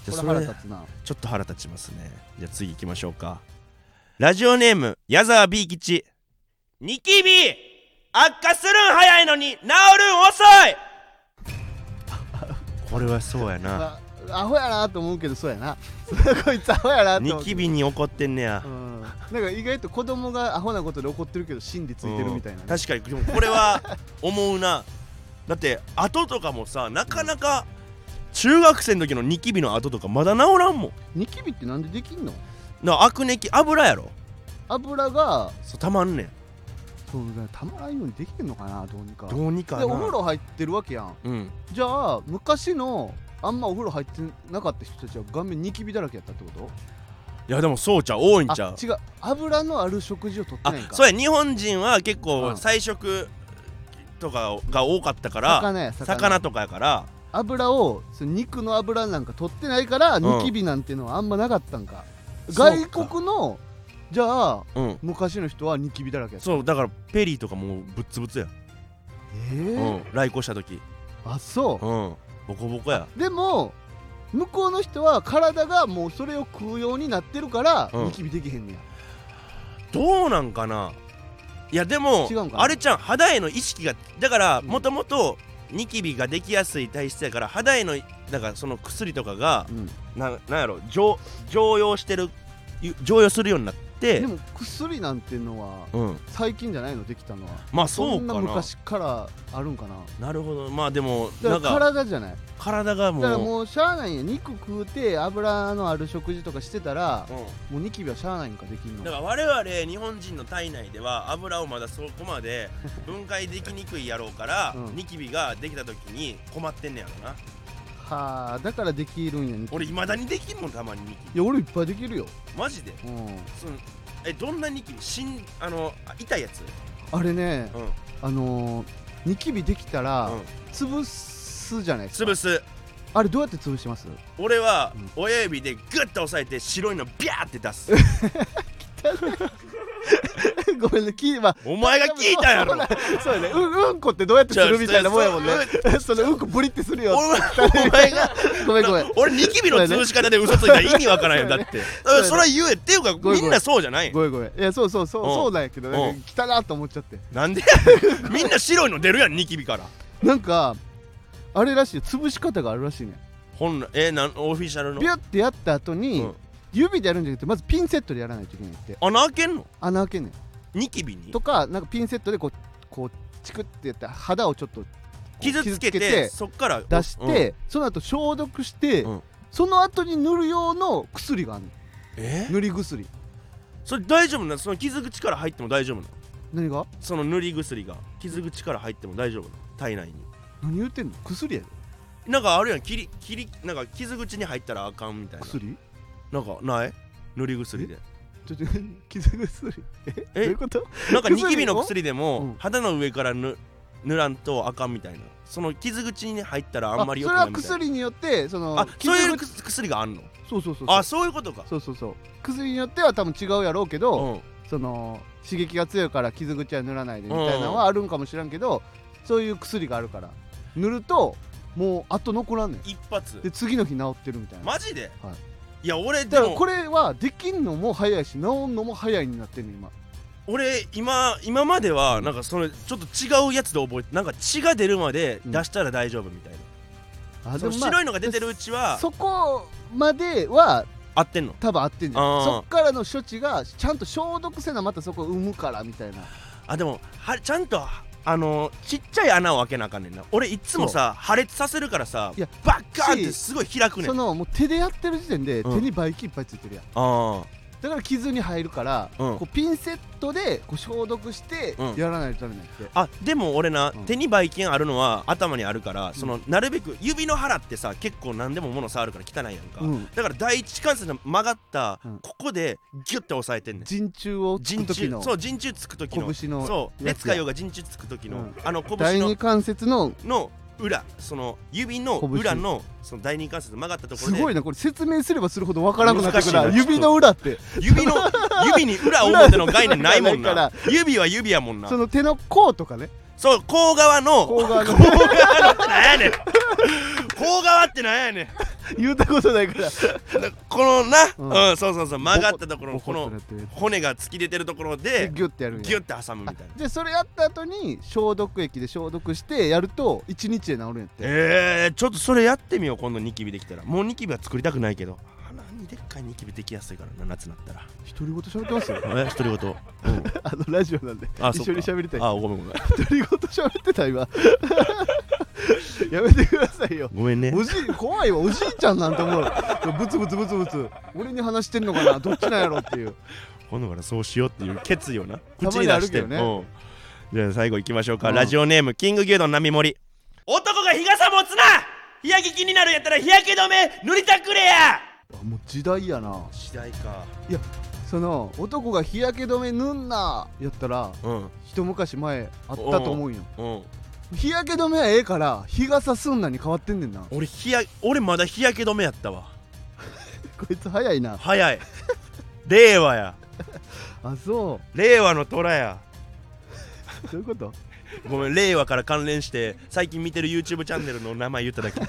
Speaker 2: じ
Speaker 1: こ
Speaker 2: ゃあ
Speaker 1: れ腹
Speaker 2: それ
Speaker 1: 立つな
Speaker 2: ちょっと腹立ちますねじゃあ次行きましょうかラジオネーム矢沢 B 吉ニキビ悪化するん 早いのに治るん遅いこれはそうやな
Speaker 1: まあアホやなと思うけどそうやなこいつアホやなと思
Speaker 2: ニ
Speaker 1: う
Speaker 2: キビに怒ってんねや
Speaker 1: う、ん、なんか意外と子供がアホなことで怒ってるけど真理ついてるみたいなね、
Speaker 2: 確かにでもこれは思うな だって後とかもさなかなか中学生の時のニキビの後とかまだ治らんもん
Speaker 1: ニキビってなんでできんの
Speaker 2: なアクネキ油やろ
Speaker 1: 油が
Speaker 2: そうたまんねん
Speaker 1: そうねたまらんようにできてんのかなどうにか
Speaker 2: どうにか
Speaker 1: で
Speaker 2: な
Speaker 1: お風呂入ってるわけやん
Speaker 2: うん
Speaker 1: じゃあ昔のあんまお風呂入ってなかった人たちは顔面ニキビだらけやったってこと
Speaker 2: いやでもそうちゃう多いんちゃ
Speaker 1: あ
Speaker 2: う
Speaker 1: 違う油のある食事をとって
Speaker 2: あ
Speaker 1: ないんか
Speaker 2: そうや日本人は結
Speaker 1: う
Speaker 2: 構
Speaker 1: ん
Speaker 2: 菜食とかが多かったから
Speaker 1: 魚や魚
Speaker 2: 魚とかやから
Speaker 1: 油をその肉の油なんか取ってないから
Speaker 2: ん
Speaker 1: ニキビなんてのはあんまなかったんか、
Speaker 2: そうか
Speaker 1: 外国のじゃあ
Speaker 2: うん
Speaker 1: 昔の人はニキビだらけやった
Speaker 2: そうだからペリーとかもうぶっつぶつや、
Speaker 1: え
Speaker 2: う
Speaker 1: ー
Speaker 2: ん、来航した時
Speaker 1: あそう
Speaker 2: う、んボコボコや
Speaker 1: でも向こうの人は体がもうそれを食うようになってるから、
Speaker 2: うん
Speaker 1: ニキビできへんねや
Speaker 2: どうなんかないやでも
Speaker 1: 違うんかな
Speaker 2: あれちゃん肌への意識がだから
Speaker 1: うん
Speaker 2: もともとニキビができやすい体質やから肌へのだからその薬とかが
Speaker 1: うん
Speaker 2: ななんやろ常常用してるゆ常用するようになって
Speaker 1: でも薬なんてのは
Speaker 2: うん
Speaker 1: 最近じゃないのできたのは
Speaker 2: まあそうん
Speaker 1: な
Speaker 2: かな
Speaker 1: 昔からあるんかな
Speaker 2: なるほどまあでもな
Speaker 1: だ
Speaker 2: ん
Speaker 1: から
Speaker 2: か
Speaker 1: 体じゃない
Speaker 2: 体がも
Speaker 1: だ
Speaker 2: う
Speaker 1: からもうしゃあないんや肉食うて油のある食事とかしてたら
Speaker 2: うん
Speaker 1: もうニキビはしゃあないんかできんの
Speaker 2: だから我々日本人の体内では油をまだそこ まで分解できにくいやろうから、
Speaker 1: うん
Speaker 2: ニキビができた時に困ってんねやろな
Speaker 1: はあだからできるんやニキビ
Speaker 2: 俺いまだにできんもんたまにニキ
Speaker 1: いや俺いっぱいできるよ、
Speaker 2: ビマジで
Speaker 1: うん、
Speaker 2: そのえどんなニキビしんあのあ痛いやつ
Speaker 1: あれね
Speaker 2: うん
Speaker 1: あのー、ニキビできたら
Speaker 2: うん
Speaker 1: 潰すじゃないですか
Speaker 2: 潰す
Speaker 1: あれどうやって潰します
Speaker 2: 俺は
Speaker 1: うん
Speaker 2: 親指でグッと押さえて白いのビャーって出 す
Speaker 1: ごめんね聞いまあ
Speaker 2: お前が聞いたやろ
Speaker 1: ほら そうやねうんうんこってどうやってするみたいなもんやもんね そのうんこブリってする
Speaker 2: お
Speaker 1: よ
Speaker 2: 前お前 が
Speaker 1: ごめんごめん
Speaker 2: 俺ニキビの潰し方で嘘ついたら意味わからんよだっ
Speaker 1: う
Speaker 2: て
Speaker 1: や
Speaker 2: うん
Speaker 1: ね
Speaker 2: それは言えっていうか
Speaker 1: ごめんごめん
Speaker 2: みんなそうじゃない
Speaker 1: ごめんごめんいやそうそうそう
Speaker 2: うん
Speaker 1: そうなんやけどなんか来たなと思っちゃって
Speaker 2: なんで みんな白いの出るやんニキビから
Speaker 1: なんかあれらしい潰し方があるらしいね
Speaker 2: 本来えなんオフィシャルの
Speaker 1: ビュッてやった後に、
Speaker 2: うん
Speaker 1: 指でやるんじゃなくてまずピンセットでやらないといけないって
Speaker 2: 穴開けんの
Speaker 1: 穴開けんねん
Speaker 2: ニキビに
Speaker 1: とかなんかピンセットでこうこうチクってやって肌をちょっとこう
Speaker 2: 傷つけてそっから
Speaker 1: 出して、その後消毒して、
Speaker 2: うん
Speaker 1: その後に塗る用の薬がある
Speaker 2: うんえ
Speaker 1: 塗り薬
Speaker 2: それ大丈夫なその傷口から入っても大丈夫なの
Speaker 1: 何が
Speaker 2: その塗り薬が傷口から入っても大丈夫なの体内に
Speaker 1: 何言ってんの薬やで
Speaker 2: なんかあるやん切り切りなんか傷口に入ったらあかんみたいな
Speaker 1: 薬
Speaker 2: なんかない塗り薬で
Speaker 1: ちょっと傷薬えどういうこと
Speaker 2: なんかニキビ
Speaker 1: 薬
Speaker 2: の
Speaker 1: を
Speaker 2: 薬で
Speaker 1: うん
Speaker 2: も肌の上からぬ塗らんとあかんみたいなその傷口に入ったらあんまり良
Speaker 1: そ
Speaker 2: く
Speaker 1: れ
Speaker 2: な
Speaker 1: はい
Speaker 2: みたい
Speaker 1: 薬によってその
Speaker 2: なあそういう
Speaker 1: 傷口
Speaker 2: 薬があんの
Speaker 1: そうそうそうそう
Speaker 2: あそういうことか
Speaker 1: そうそうそう薬によっては多分違うやろうけど、
Speaker 2: うん
Speaker 1: その刺激が強いから傷口は塗らないでみたいなのはあるんかもしれんけど、そういう薬があるから塗るともうあと残らんねん
Speaker 2: 一発
Speaker 1: で次の日治ってるみたいな、
Speaker 2: マジで、、
Speaker 1: はい
Speaker 2: や俺で
Speaker 1: だから
Speaker 2: も
Speaker 1: これはできんのも早いし治んのも早いになってんの今
Speaker 2: 俺今今まではなんかそれちょっと違うやつで覚えてなんか血が出るまで出したら大丈夫みたいな、
Speaker 1: あ
Speaker 2: その
Speaker 1: まあ
Speaker 2: 白いのが出てるうちは
Speaker 1: そこまでは
Speaker 2: 合ってんの
Speaker 1: 多分合ってんじゃ
Speaker 2: あ
Speaker 1: ん
Speaker 2: ー
Speaker 1: そっからの処置がちゃんと消毒せなまたそこを生むからみたいな
Speaker 2: あでもはちゃんとあのちっちゃい穴を開けなあかんねんな俺いつもさ破裂させるからさ
Speaker 1: いや
Speaker 2: バッカーンってすごい開くねん
Speaker 1: そ
Speaker 2: あ
Speaker 1: のもう手でやってる時点で手
Speaker 2: うん
Speaker 1: にばい菌いっぱいついてるやん、
Speaker 2: あ
Speaker 1: だから傷に入るから、
Speaker 2: うん
Speaker 1: こうピンセットでこう消毒して
Speaker 2: うん
Speaker 1: やらないとダメなんやって、
Speaker 2: あでも俺な、
Speaker 1: うん
Speaker 2: 手にばい菌あるのは頭にあるから、そ
Speaker 1: うん
Speaker 2: のなるべく指の腹ってさ結構何でも物触るから汚いやんか、
Speaker 1: うん
Speaker 2: だから第一関節の曲がった、
Speaker 1: うん
Speaker 2: ここでギュッて押さえてんねん
Speaker 1: 陣中をつ
Speaker 2: 陣
Speaker 1: く時
Speaker 2: 中
Speaker 1: の
Speaker 2: そう陣中つく時の
Speaker 1: 拳の
Speaker 2: そう
Speaker 1: やつや
Speaker 2: 熱海洋が陣中つく時の、
Speaker 1: うん
Speaker 2: あの拳
Speaker 1: 第
Speaker 2: の
Speaker 1: 二関節の
Speaker 2: の裏その指の
Speaker 1: 拳
Speaker 2: 裏のその第二関節曲がったとこ
Speaker 1: す
Speaker 2: ろ
Speaker 1: ご
Speaker 2: で
Speaker 1: いなこれ説明すればするほどわからなくなってくるな
Speaker 2: 難しいな
Speaker 1: 指の裏って
Speaker 2: 指の 指に裏表の概念ないもん
Speaker 1: 裏が
Speaker 2: な指は指やもんな
Speaker 1: その手の甲とかね
Speaker 2: そう甲側の
Speaker 1: 甲側の
Speaker 2: 甲側のってなんやねん甲側ってなんやねん
Speaker 1: 言うたことないから
Speaker 2: このな、
Speaker 1: うん
Speaker 2: うんそうそうそう曲がったところの
Speaker 1: ボコ
Speaker 2: こ
Speaker 1: ッ
Speaker 2: の
Speaker 1: となってるや
Speaker 2: 骨が突き出てるところ
Speaker 1: つ
Speaker 2: で
Speaker 1: ギュッてやるんや
Speaker 2: ギュッて挟むみたいな
Speaker 1: でそれやった後に消毒液で消毒してやると1日で治るんやって
Speaker 2: えー、ちょっとそれやってみよう今度ニキビできたらもうニキビは作りたくないけど鼻にでっかいニキビできやすいからな夏になったら
Speaker 1: 独り言喋ってますよ
Speaker 2: え独り言
Speaker 1: あのラジオなんで
Speaker 2: あ
Speaker 1: 一緒に喋りたい
Speaker 2: あごめんごめん
Speaker 1: 独り言喋ってた今やめてくださいよ
Speaker 2: ごめんね
Speaker 1: おじい怖いわおじいちゃんなんて思うブツブツブツブツ俺に話してんのかなどっちなんやろっていう
Speaker 2: 今度からそうしようっていう決意を な
Speaker 1: まに
Speaker 2: 口に出
Speaker 1: ある
Speaker 2: し
Speaker 1: け
Speaker 2: て
Speaker 1: どね
Speaker 2: うんじゃあ最後いきましょうか、
Speaker 1: うん
Speaker 2: ラジオネームキング牛丼並盛り男が日傘持つな日焼け気になるやったら日焼け止め塗りたくれや
Speaker 1: あもう時代やな
Speaker 2: 時代か
Speaker 1: その男が日焼け止め塗んなやったら
Speaker 2: うん
Speaker 1: 一昔前あったと思うよ
Speaker 2: うん
Speaker 1: 日焼け止めはええから日傘すんなに変わってんねんなこ
Speaker 2: 俺日焼俺まだ日焼け止めやったわ
Speaker 1: いつ早いな
Speaker 2: 早い 令和や
Speaker 1: あそ
Speaker 2: 令和の虎や
Speaker 1: うどういうこと
Speaker 2: ごめん令和から関連して最近見てる YouTube チャンネルの名前言った だけ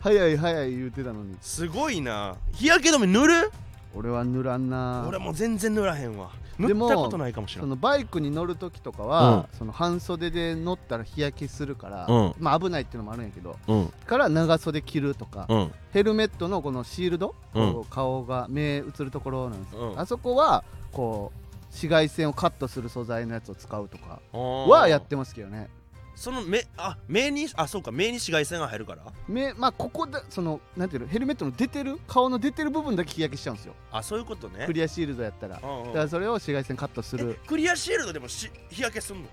Speaker 1: 早い早い言うてたのに
Speaker 2: すごいな日焼け止め塗る
Speaker 1: 俺は塗らんな
Speaker 2: 俺もう全然塗らへんわ塗
Speaker 1: でも
Speaker 2: ったことないかもしれ
Speaker 1: そ
Speaker 2: ない
Speaker 1: のバイクに乗る時とかは、その半袖で乗ったら日焼けするから、
Speaker 2: うん
Speaker 1: まあ危ないっていうのもあるんやけど
Speaker 2: うん
Speaker 1: から長袖着るとか、
Speaker 2: うん
Speaker 1: ヘルメットのこのシールド、
Speaker 2: うん
Speaker 1: こう顔が目映るところなんですよ、
Speaker 2: うん
Speaker 1: あそこはこう紫外線をカットする素材のやつを使うとかは
Speaker 2: は
Speaker 1: やってますけどね
Speaker 2: その目あ目にあそうか目に紫外線が入るから
Speaker 1: 目まあここでそのなんていうのヘルメットの出てる顔の出てる部分だけ日焼けしちゃうんですよ
Speaker 2: あそういうことね
Speaker 1: クリアシールドやったら、
Speaker 2: う
Speaker 1: だ
Speaker 2: んうん
Speaker 1: からそれを紫外線カットする
Speaker 2: えクリアシールドでもし日焼けすんの
Speaker 1: い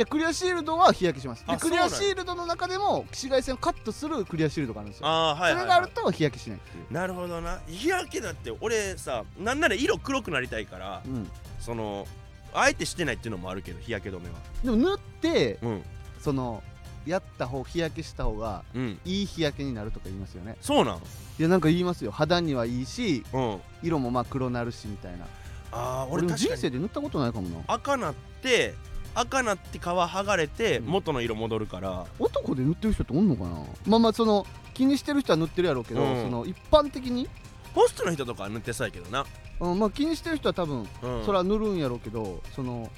Speaker 1: やクリアシールドは日焼けしますで
Speaker 2: あ
Speaker 1: ク
Speaker 2: そう
Speaker 1: リ
Speaker 2: なん
Speaker 1: ア
Speaker 2: や
Speaker 1: シールドの中でも紫外線をカットするクリアシールドがあるんですよ、
Speaker 2: あーはいはい、
Speaker 1: それがあ
Speaker 2: は
Speaker 1: る
Speaker 2: い、
Speaker 1: と日焼けしないっていう、
Speaker 2: なるほどな日焼けだって俺さなんなら色黒くなりたいから
Speaker 1: うん、
Speaker 2: そのあえてしてないっていうのもあるけど日焼け止めは
Speaker 1: でも塗って
Speaker 2: うん
Speaker 1: そのやった方日焼けした方が
Speaker 2: うん
Speaker 1: いい日焼けになるとか言いますよね
Speaker 2: そうなん
Speaker 1: いやなんか言いますよ肌にはいいし
Speaker 2: うんあ
Speaker 1: 色もまあ黒なるしみたいな
Speaker 2: あー
Speaker 1: 俺
Speaker 2: 俺
Speaker 1: も
Speaker 2: 確
Speaker 1: 人
Speaker 2: か
Speaker 1: 生
Speaker 2: に
Speaker 1: で塗ったことないかもな
Speaker 2: 赤なって赤なって皮剥がれて
Speaker 1: うん
Speaker 2: 元の色戻るから
Speaker 1: 男で塗ってる人っておんのかなまあまあその気にしてる人は塗ってるやろうけど、
Speaker 2: うん
Speaker 1: その一般的に、
Speaker 2: ホストの人とかは塗ってそうやけどな
Speaker 1: うんまあ、気にしてる人は多分
Speaker 2: うん
Speaker 1: それは塗るんやろうけどその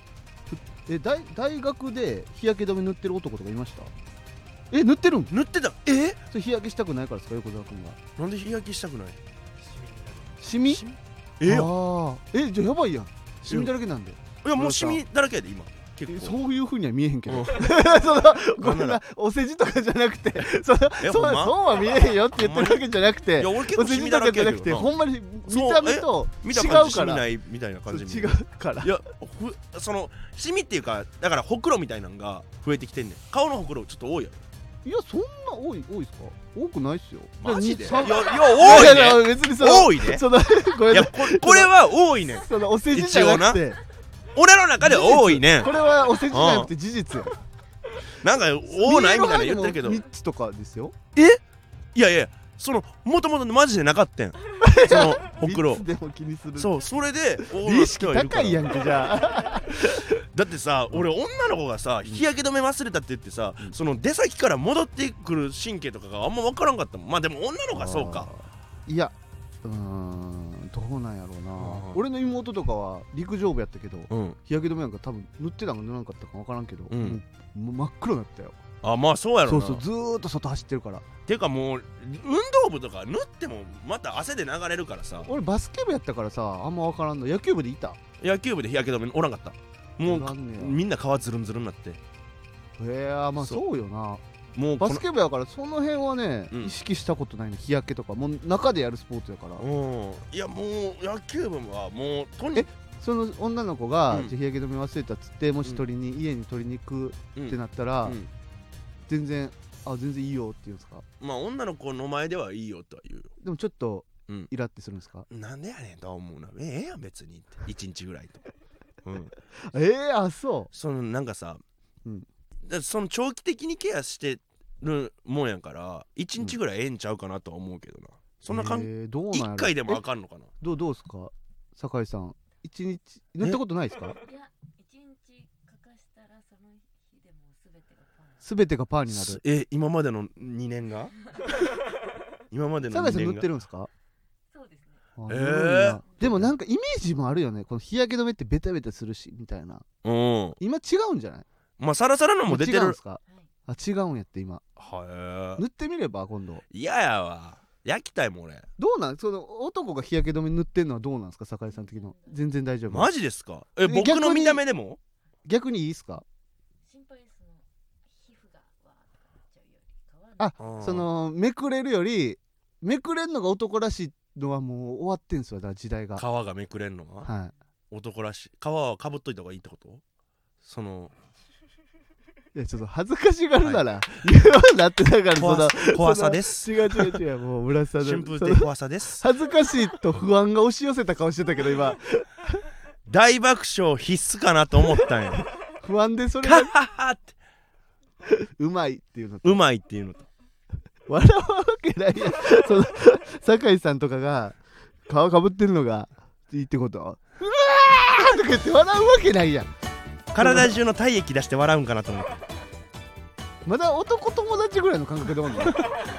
Speaker 1: ふえ大大学で日焼け止め塗ってる男とかいましたえ塗ってるん
Speaker 2: 塗ってたえ
Speaker 1: それ日焼けしたくないからですか横澤君が
Speaker 2: なんで日焼けしたくない
Speaker 1: シミ
Speaker 2: シミ
Speaker 1: え
Speaker 2: え
Speaker 1: あーえじゃあやばいやんシミだらけなんで
Speaker 2: いやもうシミだらけやで今結
Speaker 1: え
Speaker 2: 構
Speaker 1: そういうふうには見えへんけ
Speaker 2: う
Speaker 1: ど
Speaker 2: ん
Speaker 1: そ のこ
Speaker 2: なん
Speaker 1: ん
Speaker 2: な
Speaker 1: な
Speaker 2: ら
Speaker 1: お世辞とかじゃなくて その
Speaker 2: え
Speaker 1: そう
Speaker 2: ほんま
Speaker 1: そうは見えへんよって言ってるわけじゃなく
Speaker 2: い
Speaker 1: て
Speaker 2: や俺結
Speaker 1: お
Speaker 2: 構
Speaker 1: 世
Speaker 2: シ
Speaker 1: 辞
Speaker 2: ミ
Speaker 1: と
Speaker 2: だ
Speaker 1: からじ
Speaker 2: け
Speaker 1: ゃ
Speaker 2: や
Speaker 1: なく
Speaker 2: けど
Speaker 1: てほんまに
Speaker 2: そう
Speaker 1: 見た目と
Speaker 2: 見た
Speaker 1: 違
Speaker 2: 感
Speaker 1: う
Speaker 2: じ
Speaker 1: か
Speaker 2: シミ
Speaker 1: ら
Speaker 2: ないみたいな感じに
Speaker 1: 違うから
Speaker 2: いやふそのシミっていうかだからほくろみたいなんが増えてきてんねん顔のほくろちょっと多いやろ
Speaker 1: いやそんな多い多いですか多くないっすよ
Speaker 2: マジでい
Speaker 1: だ
Speaker 2: や
Speaker 1: か
Speaker 2: い
Speaker 1: ら
Speaker 2: や多い
Speaker 1: いや
Speaker 2: ね
Speaker 1: や別にその
Speaker 2: 多いね
Speaker 1: その ごめん
Speaker 2: い
Speaker 1: な
Speaker 2: や
Speaker 1: さい
Speaker 2: ここれは多いねん
Speaker 1: そのお世辞じゃなくて
Speaker 2: 俺の中では多いね ん
Speaker 1: これはお世辞じゃなくて事実や
Speaker 2: なんか多ないみたいな言ってるけど
Speaker 1: ミッチとかですよ
Speaker 2: いやいやそのもともとマジでなかっ たんそのほくろ
Speaker 1: ミッチでも気にする
Speaker 2: そうそれで
Speaker 1: 美意識
Speaker 2: おーなってはいるか
Speaker 1: 高いやん
Speaker 2: ら
Speaker 1: けじゃあ
Speaker 2: だってさ俺女の子がさ日焼け止め忘れたって言ってさ、その出先から戻ってくる神経とかがあんま分からんかったもんまあでも女の子はそうか
Speaker 1: いやうーんどうなんやろうな
Speaker 2: うん
Speaker 1: 俺の妹とかは陸上部やったけど
Speaker 2: うん
Speaker 1: 日焼け止めなんか多分塗ってたんか塗らんかったか分からんけど、
Speaker 2: うん
Speaker 1: もう真っ黒になったよ
Speaker 2: あまあそうやろ
Speaker 1: そ
Speaker 2: な
Speaker 1: うそうずーっと外走ってるから
Speaker 2: てかもう運動部とか塗ってもまた汗で流れるからさ
Speaker 1: 俺バスケ部やったからさあんま分からんの野球部でいた
Speaker 2: 野球部で日焼け止めおらんかったもう
Speaker 1: おらんねや
Speaker 2: みんな皮ズルンズルンなって
Speaker 1: へえまあ
Speaker 2: そう
Speaker 1: そうよな
Speaker 2: もうこ
Speaker 1: バ
Speaker 2: の
Speaker 1: スケ部やからその辺はね、
Speaker 2: うん
Speaker 1: 意識したことないの日焼けとかもう中でやるスポーツやから、
Speaker 2: うんいやもう野球部はもうとに
Speaker 1: えその女の子が、
Speaker 2: うん
Speaker 1: じゃあ日焼け止め忘れたっつってもし取りに、家に取りに行く
Speaker 2: うん
Speaker 1: ってなったら、
Speaker 2: うん
Speaker 1: 全然あ全然いいよって言うんですか
Speaker 2: まあ女の子の前ではいいよとは言うよ
Speaker 1: でもちょっと、
Speaker 2: うん
Speaker 1: イラってするんですか
Speaker 2: なんでやねんとは思うなええやん別にって1日ぐらいと、うん、
Speaker 1: ええあそ
Speaker 2: そのなんかさ、
Speaker 1: うん
Speaker 2: だその長期的にケアしてるもんやから1日ぐらいええんちゃうかなとは思うけどな、
Speaker 1: う
Speaker 2: そんな感
Speaker 1: え
Speaker 2: じ
Speaker 1: ーどうなんやろ
Speaker 2: 1回でも
Speaker 1: え
Speaker 2: あかんのかな
Speaker 1: どうどうですか酒井さん一日塗ったことないですか
Speaker 3: いや、一日欠かしたらその日でもうすべてがパン。
Speaker 1: すべてがパーにな
Speaker 2: す
Speaker 1: る
Speaker 2: え今までの2年が今までの
Speaker 1: 酒井さん塗って
Speaker 2: る
Speaker 1: るんですか
Speaker 3: そうですね。
Speaker 1: あ
Speaker 2: えー
Speaker 1: すごいなでもなんかイメージもあるよねこの日焼け止めってベタベタするしみたいな
Speaker 2: うん
Speaker 1: 今違うんじゃない
Speaker 2: まあサラサラのも出て
Speaker 1: 違うん
Speaker 2: る
Speaker 1: ですか
Speaker 3: はい。
Speaker 1: あ違うんやって今
Speaker 2: はえ
Speaker 1: 塗ってみれば今度
Speaker 2: 嫌やわ焼きたいもん俺
Speaker 1: どうなんその男が日焼け止め塗ってんのはどうなんですか酒井さん的には全然大丈夫
Speaker 2: マジですかえ
Speaker 1: え
Speaker 2: 僕
Speaker 1: 逆
Speaker 2: の
Speaker 1: に
Speaker 2: 見た目でも
Speaker 1: 逆にいいですか
Speaker 3: 心配ですの。皮膚がわーってなっちゃうよりかは。
Speaker 1: あ
Speaker 2: うん
Speaker 1: そのめくれるよりめくれんのが男らしいのはもう終わってんすよだから時代が
Speaker 2: 皮がめくれんのは
Speaker 1: は
Speaker 2: 男らしい皮はかぶっといた方がいいってことその
Speaker 1: いいやちょっと恥ずかしがるなら、言うなってだからそ
Speaker 2: 怖
Speaker 1: の
Speaker 2: さ怖さ
Speaker 1: その
Speaker 2: です
Speaker 1: 違う違う違うもう村瀬さんの
Speaker 2: 春風
Speaker 1: そ
Speaker 2: 亭
Speaker 1: の
Speaker 2: 怖さです
Speaker 1: 恥ずかしいと不安が押し寄せた顔してたけど今
Speaker 2: 大爆笑必須かなと思っ たんや
Speaker 1: 不安でそれ
Speaker 2: カッ
Speaker 1: が
Speaker 2: ハッハって
Speaker 1: うまいっていうのと
Speaker 2: うまいっていうのと
Speaker 1: 笑うわけないやんその酒井さんとかが皮かぶってるのがいいってことうわーとか言って笑うわけないやん
Speaker 2: 体中の体液出して笑うんかなと思った
Speaker 1: まだ男友達ぐらいの感覚でおんの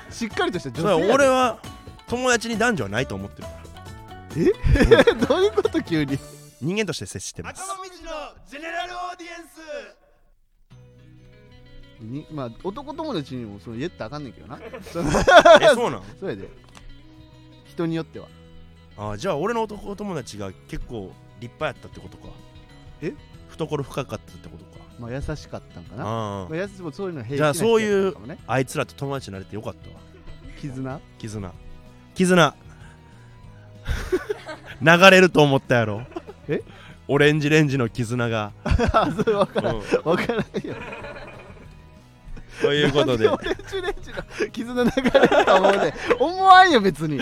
Speaker 1: しっかりとした
Speaker 2: そ
Speaker 1: 女
Speaker 2: れは
Speaker 1: 性や
Speaker 2: 俺
Speaker 1: で
Speaker 2: は友達に男女はないと思ってるから
Speaker 1: どういうこと急に
Speaker 2: 人間として接してます
Speaker 1: にまあ男友達にもその言ったらあかんねんけどなその
Speaker 2: えそうなん
Speaker 1: そうやで人によっては
Speaker 2: あじゃあ俺の男友達が結構立派やったってことか
Speaker 1: え
Speaker 2: 懐深かったってことか
Speaker 1: まあ優しかったんかな
Speaker 2: あ
Speaker 1: まあ、やつもそういうの平気
Speaker 2: じゃあ
Speaker 1: な人
Speaker 2: そう
Speaker 1: や
Speaker 2: い
Speaker 1: った
Speaker 2: う
Speaker 1: かもね
Speaker 2: あいつらと友達になれてよかったわ
Speaker 1: 絆
Speaker 2: 絆絆 流れると思ったやろ
Speaker 1: え
Speaker 2: オレンジレンジの絆が、
Speaker 1: あそれ分からん
Speaker 2: うん
Speaker 1: 分からんよ
Speaker 2: ということで
Speaker 1: なんオレンジレンジの絆流れると思うね思わんよ別に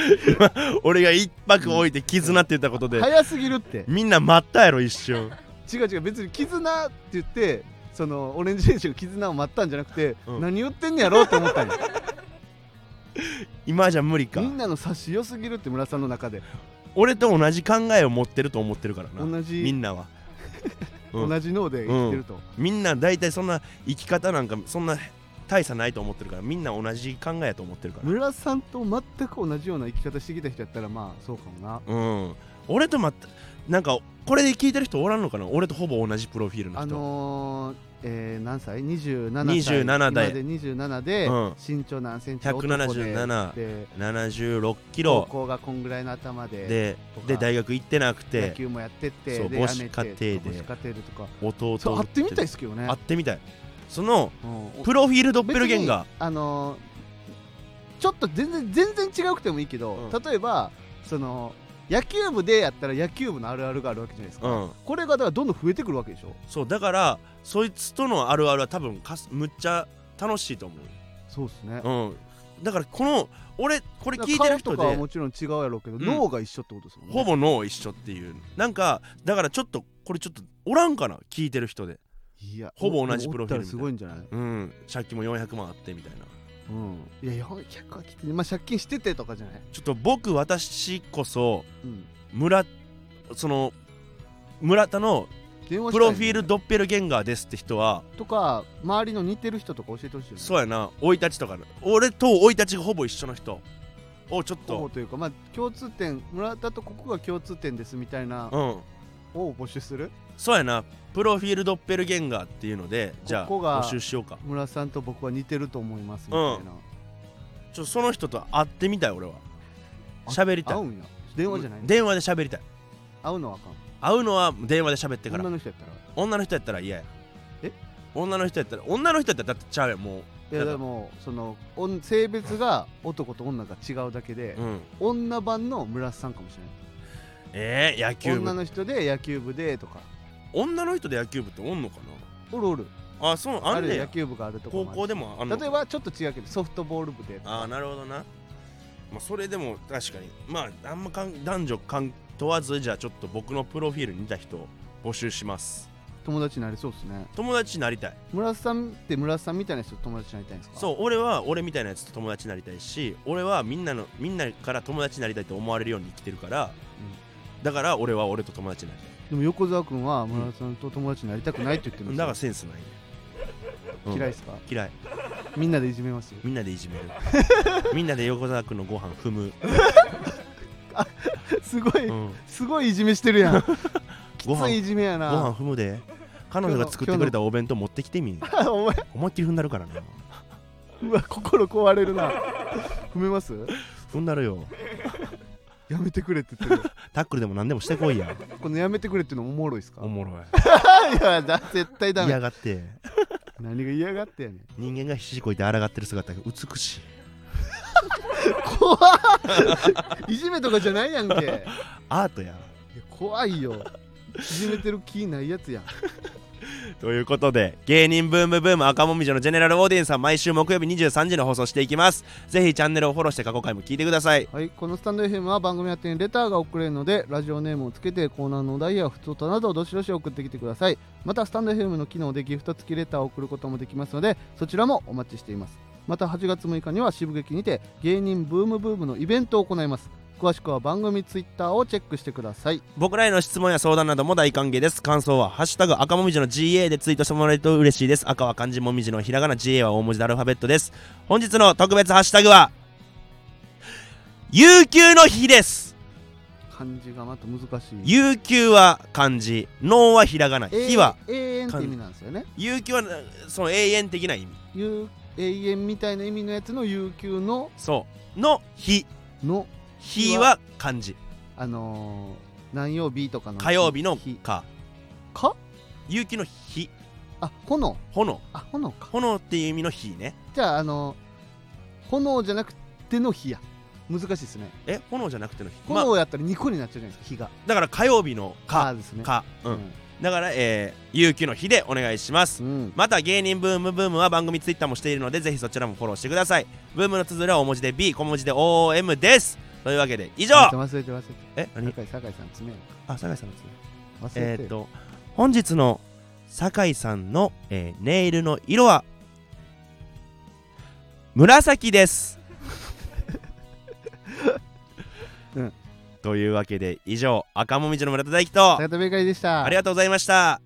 Speaker 2: 俺が一泊置いて絆って言ったことで
Speaker 1: 早すぎるって
Speaker 2: みんな待ったやろ一瞬
Speaker 1: 違う違う別に絆って言ってそのオレンジレンジの絆を待ったんじゃなくて、
Speaker 2: うん
Speaker 1: 何言ってんねやろうって思ったんや
Speaker 2: 今じゃ無理か
Speaker 1: みんなの差し良すぎるって村さんの中で、
Speaker 2: 俺と同じ考えを持ってると思ってるからな
Speaker 1: 同じ
Speaker 2: みんなはうん
Speaker 1: 同じ脳で生きてると、
Speaker 2: みんな大体そんな生き方なんかそんな大差ないと思ってるからみんな同じ考えやと思ってるから
Speaker 1: 村さんと全く同じような生き方してきた人やったらまあそうかもな
Speaker 2: うん俺とまったなんかこれで聞いてる人おらんのかな俺とほぼ同じプロフィールの
Speaker 1: あ
Speaker 2: 人、
Speaker 1: のーえー、何歳 ?27 歳
Speaker 2: 27で
Speaker 1: 今まで27で、身長何センチ男で
Speaker 2: 177
Speaker 1: で
Speaker 2: 76キ
Speaker 1: 高
Speaker 2: ロ
Speaker 1: 校がこんぐらいの頭で
Speaker 2: で
Speaker 1: とか
Speaker 2: で大学行ってなく
Speaker 1: 野
Speaker 2: て
Speaker 1: 球もやってって
Speaker 2: そう
Speaker 1: で
Speaker 2: 母子
Speaker 1: やめて
Speaker 2: 家庭で
Speaker 1: 母子家庭でとか
Speaker 2: 弟
Speaker 1: そう会ってみたいですけどね
Speaker 2: 会ってみたいその
Speaker 1: うん
Speaker 2: プロフィールドッペルゲンガー
Speaker 1: 別にあのーちょっと全然全然違くてもいいけど、
Speaker 2: うん
Speaker 1: 例えばその野球部でやったら野球部のあるあるがあるわけじゃないですか、
Speaker 2: うん
Speaker 1: これがだからどんどん増えてくるわけでしょ
Speaker 2: そうだからそいつとのあるあるは多分かすむっちゃ楽しいと思
Speaker 1: そうですね、
Speaker 2: う、うん、だからこの俺これ
Speaker 1: だから
Speaker 2: 聞いてる人
Speaker 1: 顔とかは
Speaker 2: で
Speaker 1: もちろん違うやろうけど、
Speaker 2: うん
Speaker 1: 脳が一緒ってことですもんね
Speaker 2: ほぼ脳一緒っていうなんかだからちょっとこれちょっとおらんかな聞いてる人で
Speaker 1: いや
Speaker 2: ほぼ同じプロフィール
Speaker 1: おったらすごいんじゃない、
Speaker 2: うん借金も400万あってみたいな
Speaker 1: うん、いや400はきつい、まあ、借金しててとかじゃない、
Speaker 2: ちょっと僕私こそ
Speaker 1: うん、
Speaker 2: 村その村田の
Speaker 1: 電話したいね
Speaker 2: プロフィールドッペルゲンガーですって人は
Speaker 1: とか周りの似てる人とか教えてほしいよね
Speaker 2: そうやな生い立ちとかの俺と生い立ちがほぼ一緒の人をちょっ
Speaker 1: 候補
Speaker 2: と
Speaker 1: というかまあ共通点村田とここが共通点ですみたいな
Speaker 2: うん
Speaker 1: を募集する
Speaker 2: そうやなプロフィールドッペルゲンガーっていうのでじゃあ
Speaker 1: ここが
Speaker 2: 募集しようか
Speaker 1: 村さんと僕は似てると思いますみたいな、
Speaker 2: ちょその人と会ってみたい俺は喋りたい
Speaker 1: 会うんや電話じゃない、
Speaker 2: 電話で喋りたい
Speaker 1: 会うのはあかん
Speaker 2: 会うのは電話で喋ってから
Speaker 1: 女
Speaker 2: 女の
Speaker 1: の人やったら
Speaker 2: 人やったら嫌や
Speaker 1: え
Speaker 2: 女の人やったら女の人やったらだってちゃうやんも
Speaker 1: いやでもそのおん性別が男と女が違うだけで
Speaker 2: う、う、ん、
Speaker 1: 女版の村さんかもしれ
Speaker 2: えー、野
Speaker 1: な
Speaker 2: 球
Speaker 1: い女
Speaker 2: 部
Speaker 1: の人で野球部でとか
Speaker 2: 女の人で野球部っておんのか
Speaker 1: おるおる
Speaker 2: なあそう
Speaker 1: あ
Speaker 2: あん
Speaker 1: る
Speaker 2: ね
Speaker 1: 野
Speaker 2: や
Speaker 1: 球部があるとこ
Speaker 2: 高
Speaker 1: もある
Speaker 2: 校でもあんのか
Speaker 1: 例えばちょっと違うけどソフトボール部でと
Speaker 2: あ
Speaker 1: か
Speaker 2: あなるほどな、まあ、それでも確かにまああんまかん男女かん問わずじゃあちょっと僕のプロフィールに似た人を募集します
Speaker 1: 友達になりそうですね
Speaker 2: 友達になりたい
Speaker 1: 村さんって村さんみたいな人と友達になりたいんですか
Speaker 2: そう俺は俺みたいなやつと友達になりたいし俺はみんなのみんなから友達になりたいと思われるように生きてるから、だから俺は俺と友達になり
Speaker 1: でも横澤君は村田さんと友達になりたくないって言って
Speaker 2: た
Speaker 1: るん
Speaker 2: い
Speaker 1: で
Speaker 2: だか
Speaker 1: す
Speaker 2: らセンスないね、
Speaker 1: よ。
Speaker 2: うん
Speaker 1: 嫌いですか
Speaker 2: 嫌い
Speaker 1: みんなでいじめますよ
Speaker 2: みんなでいじ めるみんなで横澤君のご飯踏む、
Speaker 1: すごい、
Speaker 2: うん、
Speaker 1: すごいいじめしてるやんき
Speaker 2: ご
Speaker 1: つい
Speaker 2: 飯
Speaker 1: いじめや
Speaker 2: ご
Speaker 1: な
Speaker 2: 飯踏むで彼女が作ってくれたお弁当持ってきてみ
Speaker 1: お前
Speaker 2: 思いっきり踏んだるからな
Speaker 1: うわ心壊れるな踏めます
Speaker 2: 踏んだるよ
Speaker 1: やめてくれって言ってる
Speaker 2: タックルでも何でもしてこいや
Speaker 1: このやめてくれっていうのおもろいっすか
Speaker 2: おもろい
Speaker 1: いやだ絶対ダ
Speaker 2: 嫌
Speaker 1: メ
Speaker 2: がって
Speaker 1: 何が嫌がってやねん
Speaker 2: 人間がひしこいて抗ってる姿が美しい
Speaker 1: 怖っ いじめとかじゃないやんけ いや
Speaker 2: アートや
Speaker 1: 怖いよいじめてる気ないやつやん
Speaker 2: ということで芸人ブームブーム赤もみじのジェネラルオーディエンスは毎週木曜日23時に放送していきますぜひチャンネルをフォローして過去回も聞いてください
Speaker 1: はい、このスタンド FM は番組宛てにレターが送れるのでラジオネームをつけてコーナーのお題や普通となどをどしどし送ってきてくださいまたスタンド FM の機能でギフト付きレターを送ることもできますのでそちらもお待ちしていますまた8月6日には渋劇にて芸人ブームブームのイベントを行います詳しくは番組ツイッターをチェックしてください
Speaker 2: 僕らへの質問や相談なども大歓迎です感想は「ハッシュタグ赤もみじの GA」でツイートしてもらえると嬉しいです赤は漢字もみじのひらがな GA は大文字でアルファベットです本日の特別ハッシュタグは有給の日です
Speaker 1: 漢字がまた難しい
Speaker 2: 有給は漢字能はひらがな日は
Speaker 1: 永遠って意味なんですよね
Speaker 2: 有給はなその永遠的な意味
Speaker 1: 有永遠みたいな意味のやつの有給の
Speaker 2: そうの日
Speaker 1: の
Speaker 2: 日は漢字
Speaker 1: あのー何曜日とかの
Speaker 2: 火曜日の
Speaker 1: 日
Speaker 2: 火
Speaker 1: か
Speaker 2: 有給の日
Speaker 1: あ炎
Speaker 2: 炎
Speaker 1: あ炎か
Speaker 2: 炎っていう意味の日ね
Speaker 1: じゃああの炎じゃなくての火や難しいですね
Speaker 2: え炎じゃなくての日まあ
Speaker 1: 炎やったら2個になっちゃうじゃないですか火が
Speaker 2: だから火曜日の火
Speaker 1: あーですね
Speaker 2: か、う
Speaker 1: うん
Speaker 2: ん、だから、えー、有給の日でお願いします
Speaker 1: うん
Speaker 2: また芸人ブームブームは番組ツイッターもしているのでぜひそちらもフォローしてくださいブームの綴りは大文字で B 小文字で OM ですというわけで以上
Speaker 1: 忘れて忘れて
Speaker 2: え何
Speaker 1: 酒井酒井さん詰めよ
Speaker 2: あ酒井さんですね
Speaker 1: う忘
Speaker 2: え
Speaker 1: れ
Speaker 2: ー、ってと本日の酒井さんの、えーネイルの色は紫です、
Speaker 1: うん
Speaker 2: というわけで以上赤もみじの村田大樹と
Speaker 1: 坂田弁解でした
Speaker 2: ありがとうございました